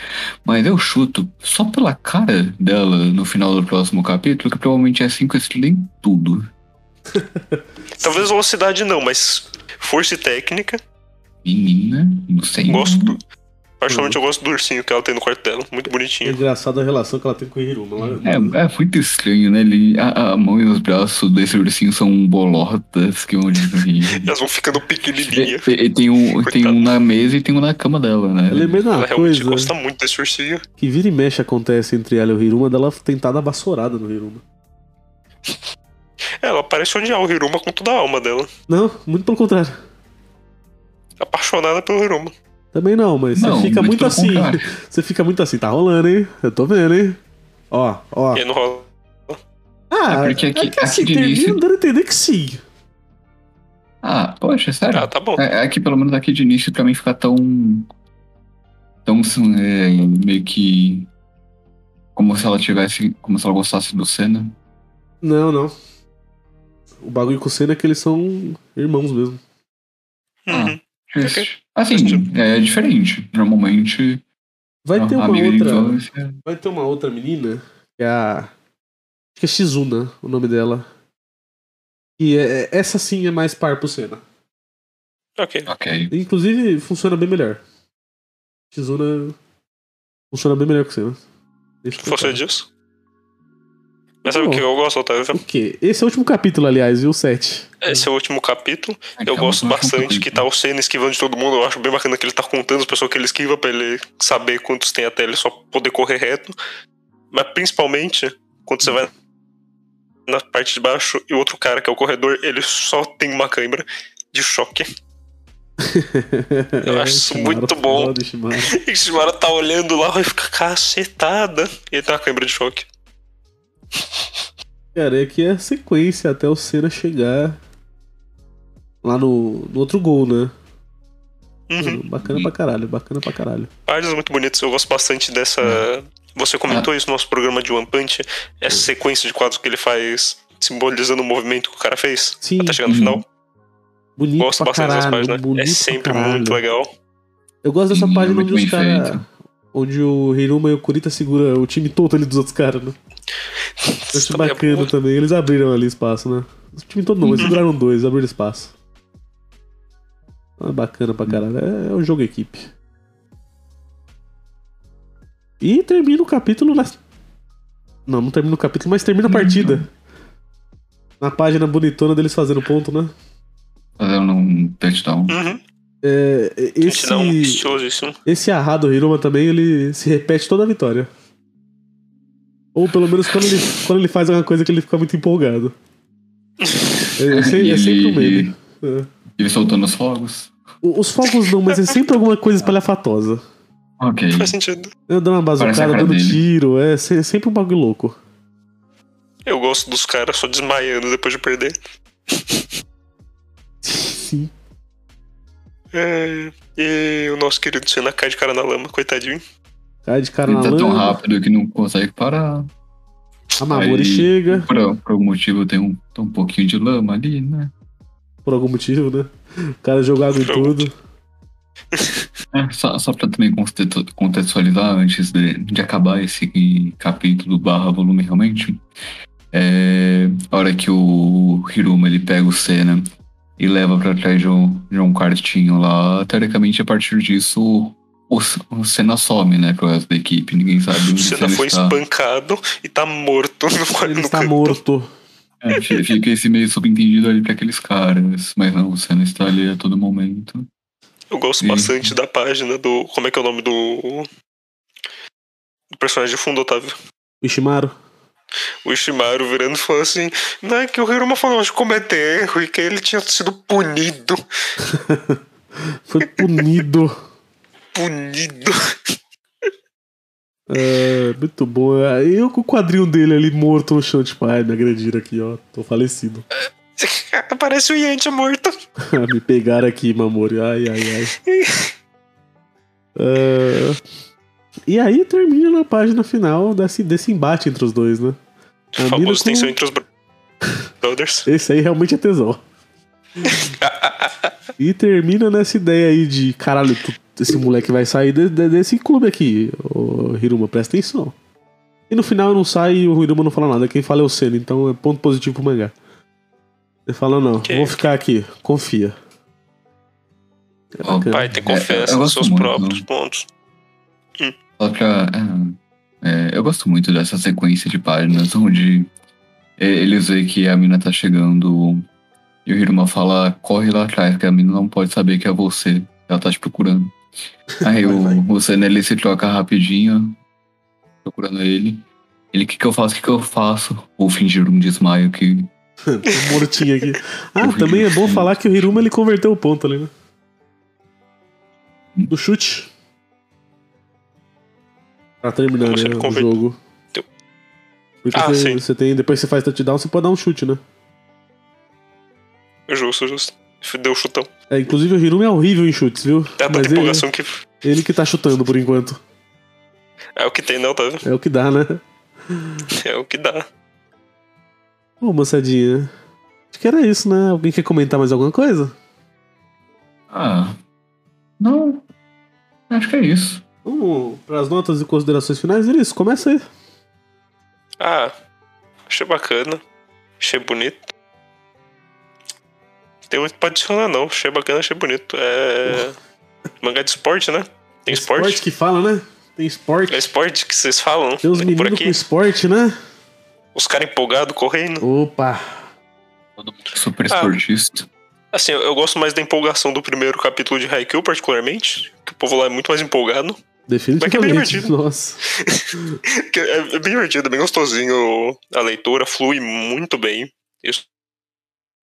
Mas eu chuto, só pela cara dela no final do próximo capítulo, que provavelmente é 5 estrelas em tudo. Talvez velocidade não, mas força e técnica. Menina, não sei. Gosto do. Particularmente eu gosto do ursinho que ela tem no quarto dela. Muito bonitinho. Engraçada a relação que ela tem com o Hiruma. Ela- É, é muito estranho, né? Ele, a, a mão e os braços desse ursinho são bolotas que vão E dizendo. elas vão ficando pequenininha. E, e- e tem, um, tem um na mesa e tem um na cama dela, né? Eu lembrei de Ela uma realmente Ah, coisa. gosta muito desse ursinho. Que vira e mexe acontece entre ela e o Hiruma dela tentar dar vassourada no Hiruma. Ela parece odiar o Hiruma com toda a alma dela. Não, muito pelo contrário. Apaixonada pelo Hiruma. Também não, mas Não, você fica mas muito pelo assim. contrário. Você fica muito assim, tá rolando, hein? Eu tô vendo, hein? Ó, ó. E aí não rola. Ah, É porque aqui- é que assim, aqui de termina início- dando a entender que sim. Ah, poxa, sério. Ah, tá bom. É, é que pelo menos aqui de início pra mim fica tão. tão assim, é, meio que. Como se ela tivesse. Como se ela gostasse do Senna. Não, não. O bagulho com o Senna é que eles são irmãos mesmo. Uhum. Justo. Ok. Assim, é diferente. Normalmente. Vai ter uma amiga É um de outra. infância- Vai ter uma outra menina, que é a. Acho que é Shizuna, o nome dela. E é- é- essa sim é mais par pro Senna. Ok. Ok. Inclusive, funciona bem melhor. Shizuna funciona bem melhor que o Senna. né? Deixa eu Você contar. disso? Mas sabe o que eu gosto, Otávio? O quê? Esse é o último capítulo, aliás, viu? O 7. Esse é o último capítulo. É que Eu tá gosto muito mais bastante complicado. que tá o Senna esquivando de todo mundo. Eu acho bem bacana que ele tá contando as pessoas que ele esquiva pra ele saber quantos tem até ele só poder correr reto. Mas principalmente, quando você vai na parte de baixo e o outro cara, que é o corredor, ele só tem uma câimbra de choque. Eu acho isso muito bom. É, foda, Shimada. E o Shimara tá olhando lá e fica cacetada. E ele tem uma câimbra de choque. Cara, é que é a sequência até o Senna chegar lá no, no outro gol, né? Uhum. Mano, Bacana pra caralho, bacana pra caralho. Partes muito bonitas, eu gosto bastante dessa. Você comentou isso no nosso programa de One Punch, essa sequência de quadros que ele faz simbolizando o movimento que o cara fez. Sim, Até chegar Tá no Uhum. final. bonito Gosto pra bastante dessas caralho. páginas. bonito É sempre pra caralho. muito legal. Eu gosto dessa Sim, é página muito onde os bem caras. feito. Onde o Hiruma e o Kurita segura o time todo ali dos outros caras, né? Eu Isso acho também é bacana bom. também. Eles abriram ali espaço, né? O time todo não, eles Uhum. seguraram dois, abriram espaço. Ah, bacana pra caralho. É, é um jogo equipe. E termina o capítulo na. Não, não termina o capítulo, mas termina a Uhum. partida. Na página bonitona deles fazendo ponto, né? Fazendo um touchdown. Uhum. É, é, A gente dá um esse, estilosíssimo. esse arra do Hiruma também, ele se repete toda a vitória. Ou pelo menos quando ele, quando ele faz alguma coisa que ele fica muito empolgado. É, é se- é sempre um meme. É. Ele soltando os fogos. O- Os fogos não, mas é sempre alguma coisa espalhafatosa. Ok. Faz sentido. Eu dando uma Parece a bazucada, cara dando dele. tiro, é se- sempre um bagulho louco. Eu gosto dos caras só desmaiando depois de perder. Sim. É, E o nosso querido Senna cai de cara na lama, coitadinho. Cai de cara Ele na tá tão lama, rápido que não consegue parar. a Mamori Aí- chega, Por, por algum motivo tem um, tem um pouquinho de lama ali, né? por algum motivo, né? O cara joga água em Pronto. tudo. É, só, só pra também contextu- contextualizar antes de, de acabar esse capítulo barra volume realmente. É, a hora que o Hiruma ele pega o Senna e leva pra trás de um, de um quartinho lá, teoricamente a partir disso o, o Senna some, né, pro resto da equipe. Ninguém sabe onde O Senna foi está. espancado e tá morto no, qua- Ele no está canto. morto. É, fi- Fica esse meio subentendido ali pra aqueles caras, mas não, o Senna está ali a todo momento. Eu gosto Sim. bastante da página do. Como é que é o nome do. do personagem de fundo, Otávio? O Ishimaru. O Ishimaru virando e falando assim: Não é que o Hiruma falou de cometer erro e que ele tinha sido punido. Foi punido. Punido. É, muito bom. É, Eu com o quadrinho dele ali morto no chão, tipo, ai, me agrediram aqui, ó. Tô falecido. Aparece o Yantia morto. me pegaram aqui, Mamori. Ai, ai, ai. É, E aí termina na página final desse, desse embate entre os dois, né? O Amigo famoso com- tensão entre os bro- brothers. Esse aí realmente é tesão. e termina nessa ideia aí de caralho, tu- esse moleque vai sair de- de- desse clube aqui, ô Hiruma, presta atenção. E no final não sai e o Hiruma não fala nada, quem fala é o Senna, então é ponto positivo pro mangá. Ele fala, não, Ok. vou ficar aqui, confia. É Ó, bacana. Pai, tem eu- eu confiança nos gosto seus muito, né? próprios pontos. Só pra. é, é, eu gosto muito dessa sequência de páginas onde é, eles veem que a mina tá chegando e o Hiruma fala: corre lá atrás, que a mina não pode saber que é você. Ela tá te procurando. Aí o, Vai, o Senna ele se troca rapidinho, procurando ele. Ele, o que, que eu faço? O que, que eu faço? Vou fingir um desmaio que. Tô mortinho aqui. Ah, também é bom falar que o Hiruma ele converteu o ponto ali, né? Do chute. Pra terminar Você né, o converteu. jogo. Porque Ah, você, sim. você tem, depois que você faz touchdown, você pode dar um chute, né? Justo, justo. Deu o chutão. É, inclusive o Hiruma é horrível em chutes, viu? É a tanta Mas ele, empolgação que. ele que tá chutando por enquanto. É o que tem, né, Otávio? É o que dá, né? É o que dá. Ô, moçadinha. Acho que era isso, né? Alguém quer comentar mais alguma coisa? Ah. Não. Acho que é isso. Vamos pras notas e considerações finais, eles Começa aí. Ah, achei bacana. Achei bonito. Tem muito pra adicionar, não. Achei bacana, achei bonito. É. Mangá de esporte, né? Tem esporte? que fala, né? Tem esporte. É esporte que vocês falam Tem uns por meninos aqui. com esporte, né? Os caras empolgados correndo. Opa! Super Ah. esportista. Assim, eu eu gosto mais da empolgação do primeiro capítulo de Haikyuu, particularmente. Que o povo lá é muito mais empolgado. Definitivamente. Mas que é bem divertido. Nossa. Que é, é bem divertido, é bem gostosinho. A leitura flui muito bem. Isso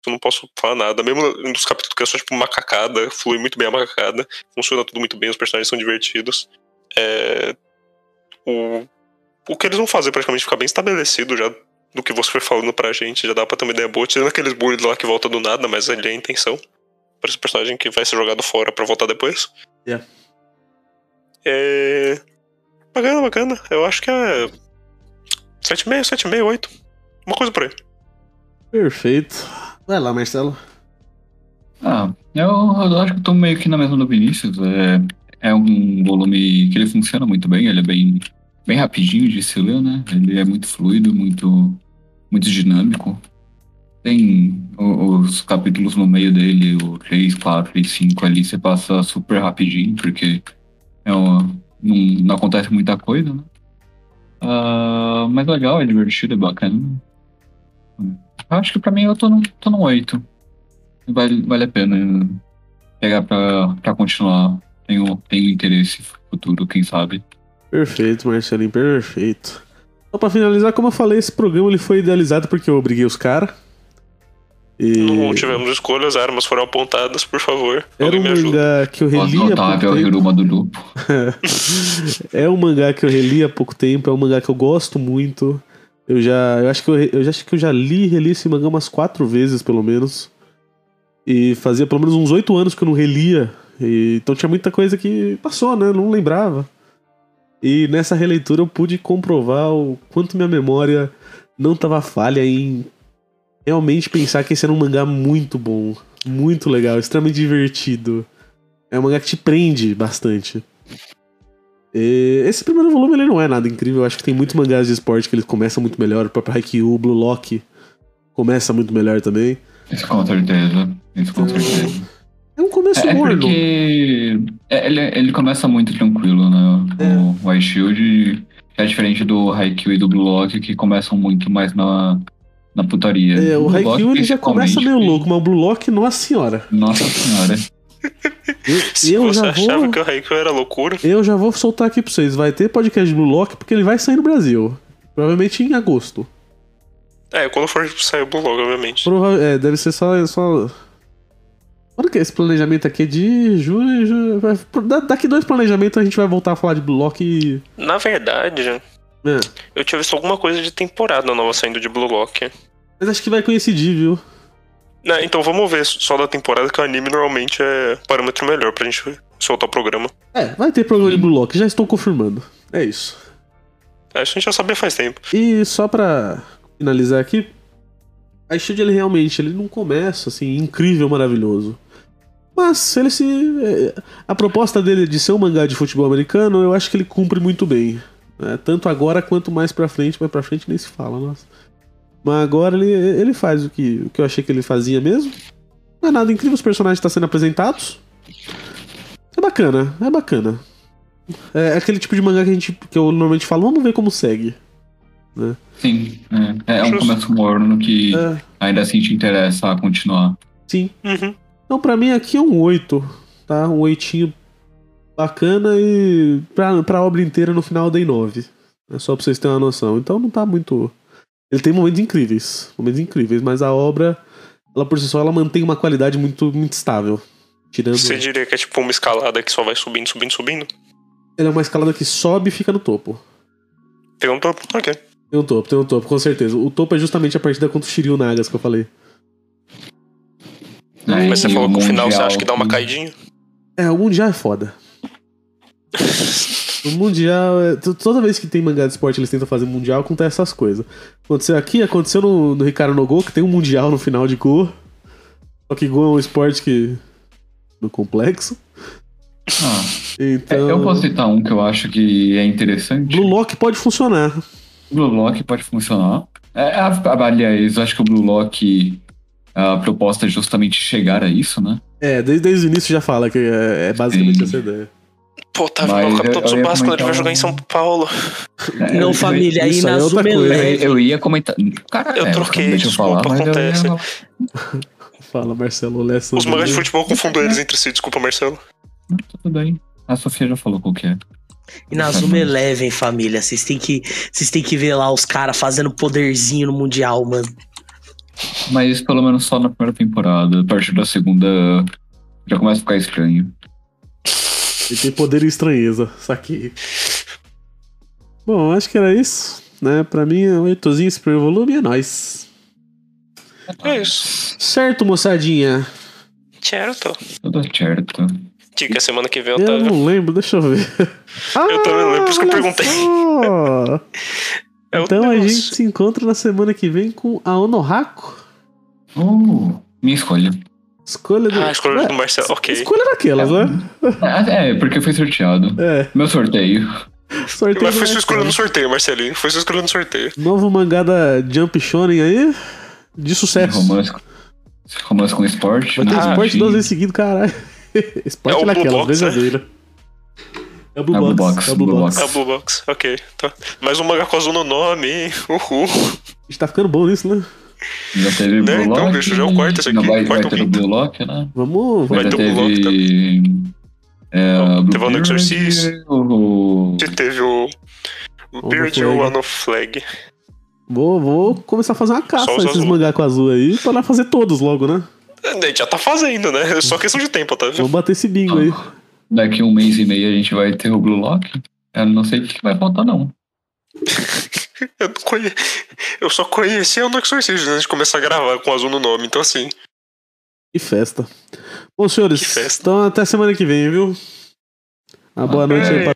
eu não posso falar nada. Mesmo um dos capítulos que é só tipo macacada, flui muito bem a macacada. Funciona tudo muito bem, os personagens são divertidos. É, o, o que eles vão fazer praticamente fica bem estabelecido já do que você foi falando pra gente. Já dá pra ter uma ideia boa. Tirando aqueles bullies lá que volta do nada, mas ali é a intenção. Para esse personagem que vai ser jogado fora pra voltar depois. Yeah. É. Bacana, bacana. Eu acho que é. 7,5, 7,5, 8. Uma coisa por aí. Perfeito. Vai lá, Marcelo. Ah, eu, eu acho que eu tô meio que na mesma do Vinícius. É, é um volume que ele funciona muito bem, ele é bem, bem rapidinho de se ler, né? Ele é muito fluido, muito, muito dinâmico. Tem o- os capítulos no meio dele, o 3, 4 e 5 ali, você passa super rapidinho, porque é uma- não, não acontece muita coisa, né? Ah, mas legal, é divertido, é bacana. Acho que pra mim eu tô num, tô num 8 vale, vale a pena né? pegar pra, pra continuar. Tenho, tenho interesse futuro, quem sabe. Perfeito, Marcelinho, perfeito. Só pra finalizar, como eu falei, esse programa ele foi idealizado porque eu obriguei os caras. E Não tivemos escolhas, armas foram apontadas, por favor. era Alguém um me ajuda. mangá que eu Posso relia notar é o Hiruma do grupo. É um mangá que eu reli há pouco tempo, é um mangá que eu gosto muito. Eu já, eu acho que eu, re- eu já acho que eu já li e reli esse mangá umas quatro vezes, pelo menos. E fazia pelo menos uns oito anos que eu não relia. E- então tinha muita coisa que passou, né? Não lembrava. E nessa releitura eu pude comprovar o quanto minha memória não tava falha em realmente pensar que esse era um mangá muito bom, muito legal, extremamente divertido. É um mangá que te prende bastante. E Esse primeiro volume ele não é nada incrível. Eu acho que tem muitos mangás de esporte que eles começam muito melhor. O próprio Haikyuu, Blue Lock começa muito melhor também. Isso com certeza. Isso com certeza. É um começo É, é morno. porque é, ele, ele começa muito tranquilo, né? É. O White Shield é diferente do Haikyuu e do Blue Lock, que começam muito mais na, na putaria. É, o Blue Lock, Haikyuu ele já começa meio principalmente, louco, mas o Blue Lock, nossa senhora. Nossa senhora. Eu, Se eu você já achava vou, que o Haikyuu era loucura, eu já vou soltar aqui pra vocês. Vai ter podcast de Blue Lock porque ele vai sair no Brasil. Provavelmente em agosto. é, quando for sair o Blue Log, obviamente. Prova- é, deve ser só. só... Quando que é esse planejamento aqui? É de junho. ju- vai- da- Daqui dois planejamentos a gente vai voltar a falar de Blue Lock e. Na verdade, É. eu tinha visto alguma coisa de temporada nova saindo de Blue Lock. Mas acho que vai coincidir, viu? Né, então vamos ver só da temporada, que o anime normalmente é parâmetro melhor pra gente soltar o programa. É, vai ter programa de Blue Lock, já estou confirmando. É isso. É, Isso a gente já sabia faz tempo. E só pra finalizar aqui, a Shield ele realmente ele não começa assim incrível, maravilhoso. Mas ele se é, a proposta dele de ser um mangá de futebol americano, eu acho que ele cumpre muito bem, né? Tanto agora quanto mais pra frente, mais pra frente nem se fala, nossa. Mas agora ele, ele faz o que, o que eu achei que ele fazia mesmo. Não é nada incrível, os personagens estão sendo apresentados. É bacana, é bacana. É aquele tipo de mangá que a gente que eu normalmente falo, vamos ver como segue. Sim. É, é um Justo. começo morno que É. ainda assim te interessa a continuar. Sim. Uhum. Então, pra mim, aqui é um 8, tá? Um oitinho bacana e pra, pra obra inteira no final eu dei 9. É só pra vocês terem uma noção. Então, não tá muito. Ele tem momentos incríveis, momentos incríveis, mas a obra, ela por si só, ela mantém uma qualidade muito, muito estável. Tirando. Você diria que é tipo uma escalada que só vai subindo, subindo, subindo? Ela é uma escalada que sobe e fica no topo. Pegou um topo? Ok. É, Tem um topo, tem um topo, com certeza. O topo é justamente a partida contra o Shiryu Nagas que eu falei. né? Mas você E falou o que o final você Mundial acha que dá uma que- caidinha? É, o Mundial é foda. O Mundial é. to- Toda vez que tem mangá de esporte, eles tentam fazer Mundial, acontece essas coisas. Aconteceu aqui, aconteceu no, no Ricardo Nogô, que tem um Mundial no final de Go. Só que Go é um esporte que. no complexo. Ah, é, Então. eu posso citar um que eu acho que é interessante. Blue Lock pode funcionar. Blue Lock pode funcionar. É, a- aliás, eu acho que o Blue Lock, a proposta é justamente chegar a isso, né? É, desde, desde o início já fala que é, é basicamente Sim. essa ideia. Pô, tá vendo? Mas O eu- Capitão eu ia Tsubasa, ele comentar vai jogar um- em São Paulo. É, Não, eu- família, aí isso aí é na outra coisa. Eu, Zumeleve. eu ia comentar. Caraca, Eu é, troquei, deixa eu falar, desculpa, mas eu ia- Fala, Marcelo Lessa. Os mangás de futebol confundem eles entre si, desculpa, Marcelo. Não, "Ah, tá Tudo bem. A Sofia já falou qual que é. E na Zuma Eleven, família. Vocês têm que, vocês têm que ver lá os caras fazendo poderzinho no Mundial, mano. Mas pelo menos só na primeira temporada. A partir da segunda já começa a ficar estranho. Ele tem poder e estranheza, saquei. Bom, acho que era isso. Né? Pra mim, é oitozinho esse primeiro volume é nóis. É isso. Certo, moçadinha? Certo. Tudo certo. Então Diga, semana que vem, Eu Otávio. não lembro, deixa eu ver. Ah, Eu também não lembro, por isso que eu olha perguntei. só! É o então a negócio. gente se encontra na semana que vem com a Onohako. Uh, minha escolha. Escolha do. Ah, a escolha Ué, do Marcelo, ok. Escolha daquelas, né? É, é, porque foi sorteado. É, Meu sorteio. sorteio. Mas do foi sua escolha no Marcelo. sorteio, Marcelinho. Foi sua escolha no sorteio. Novo mangá da Jump Shonen aí. De sucesso. Romance, romance com esporte. Vai ter né? esporte Ah, duas vezes seguido, caralho. É Esporte o Blue naquelas, Box, né? brincadeira. É o Blue É o Blue Box. Box, É o Blue Blue Box. É o Blue Box, ok. Tá. Mais um mangá com azul no nome, hein? Uhul. A gente tá ficando bom nisso, né? Já teve Né, então, Bullock, bicho, já é o quarto esse ainda aqui, Vai, vai quarto ter o quinto. Bullock, né? Vamos. Vai já ter o Bullock teve. É, Ó, Blue teve o Period, Exorcist. O... Que teve o. O Beard e Flag. o Ano Flag. Vou, vou começar a fazer uma caça Só a os esses azul. mangá com azul aí, pra nós fazer todos logo, né? É, Já tá fazendo, né? É só questão de tempo, Otávio. Vamos bater esse Ah. bingo aí. Daqui um mês e meio a gente vai ter o Blue Lock. Eu não sei o que que vai faltar, não. Eu, não conhe... eu só conheci o No Exorcist antes de começar a gravar com azul no nome, então assim. Que festa. Bom, senhores, Que festa. então até semana que vem, viu? Uma boa noite aí Ok. pra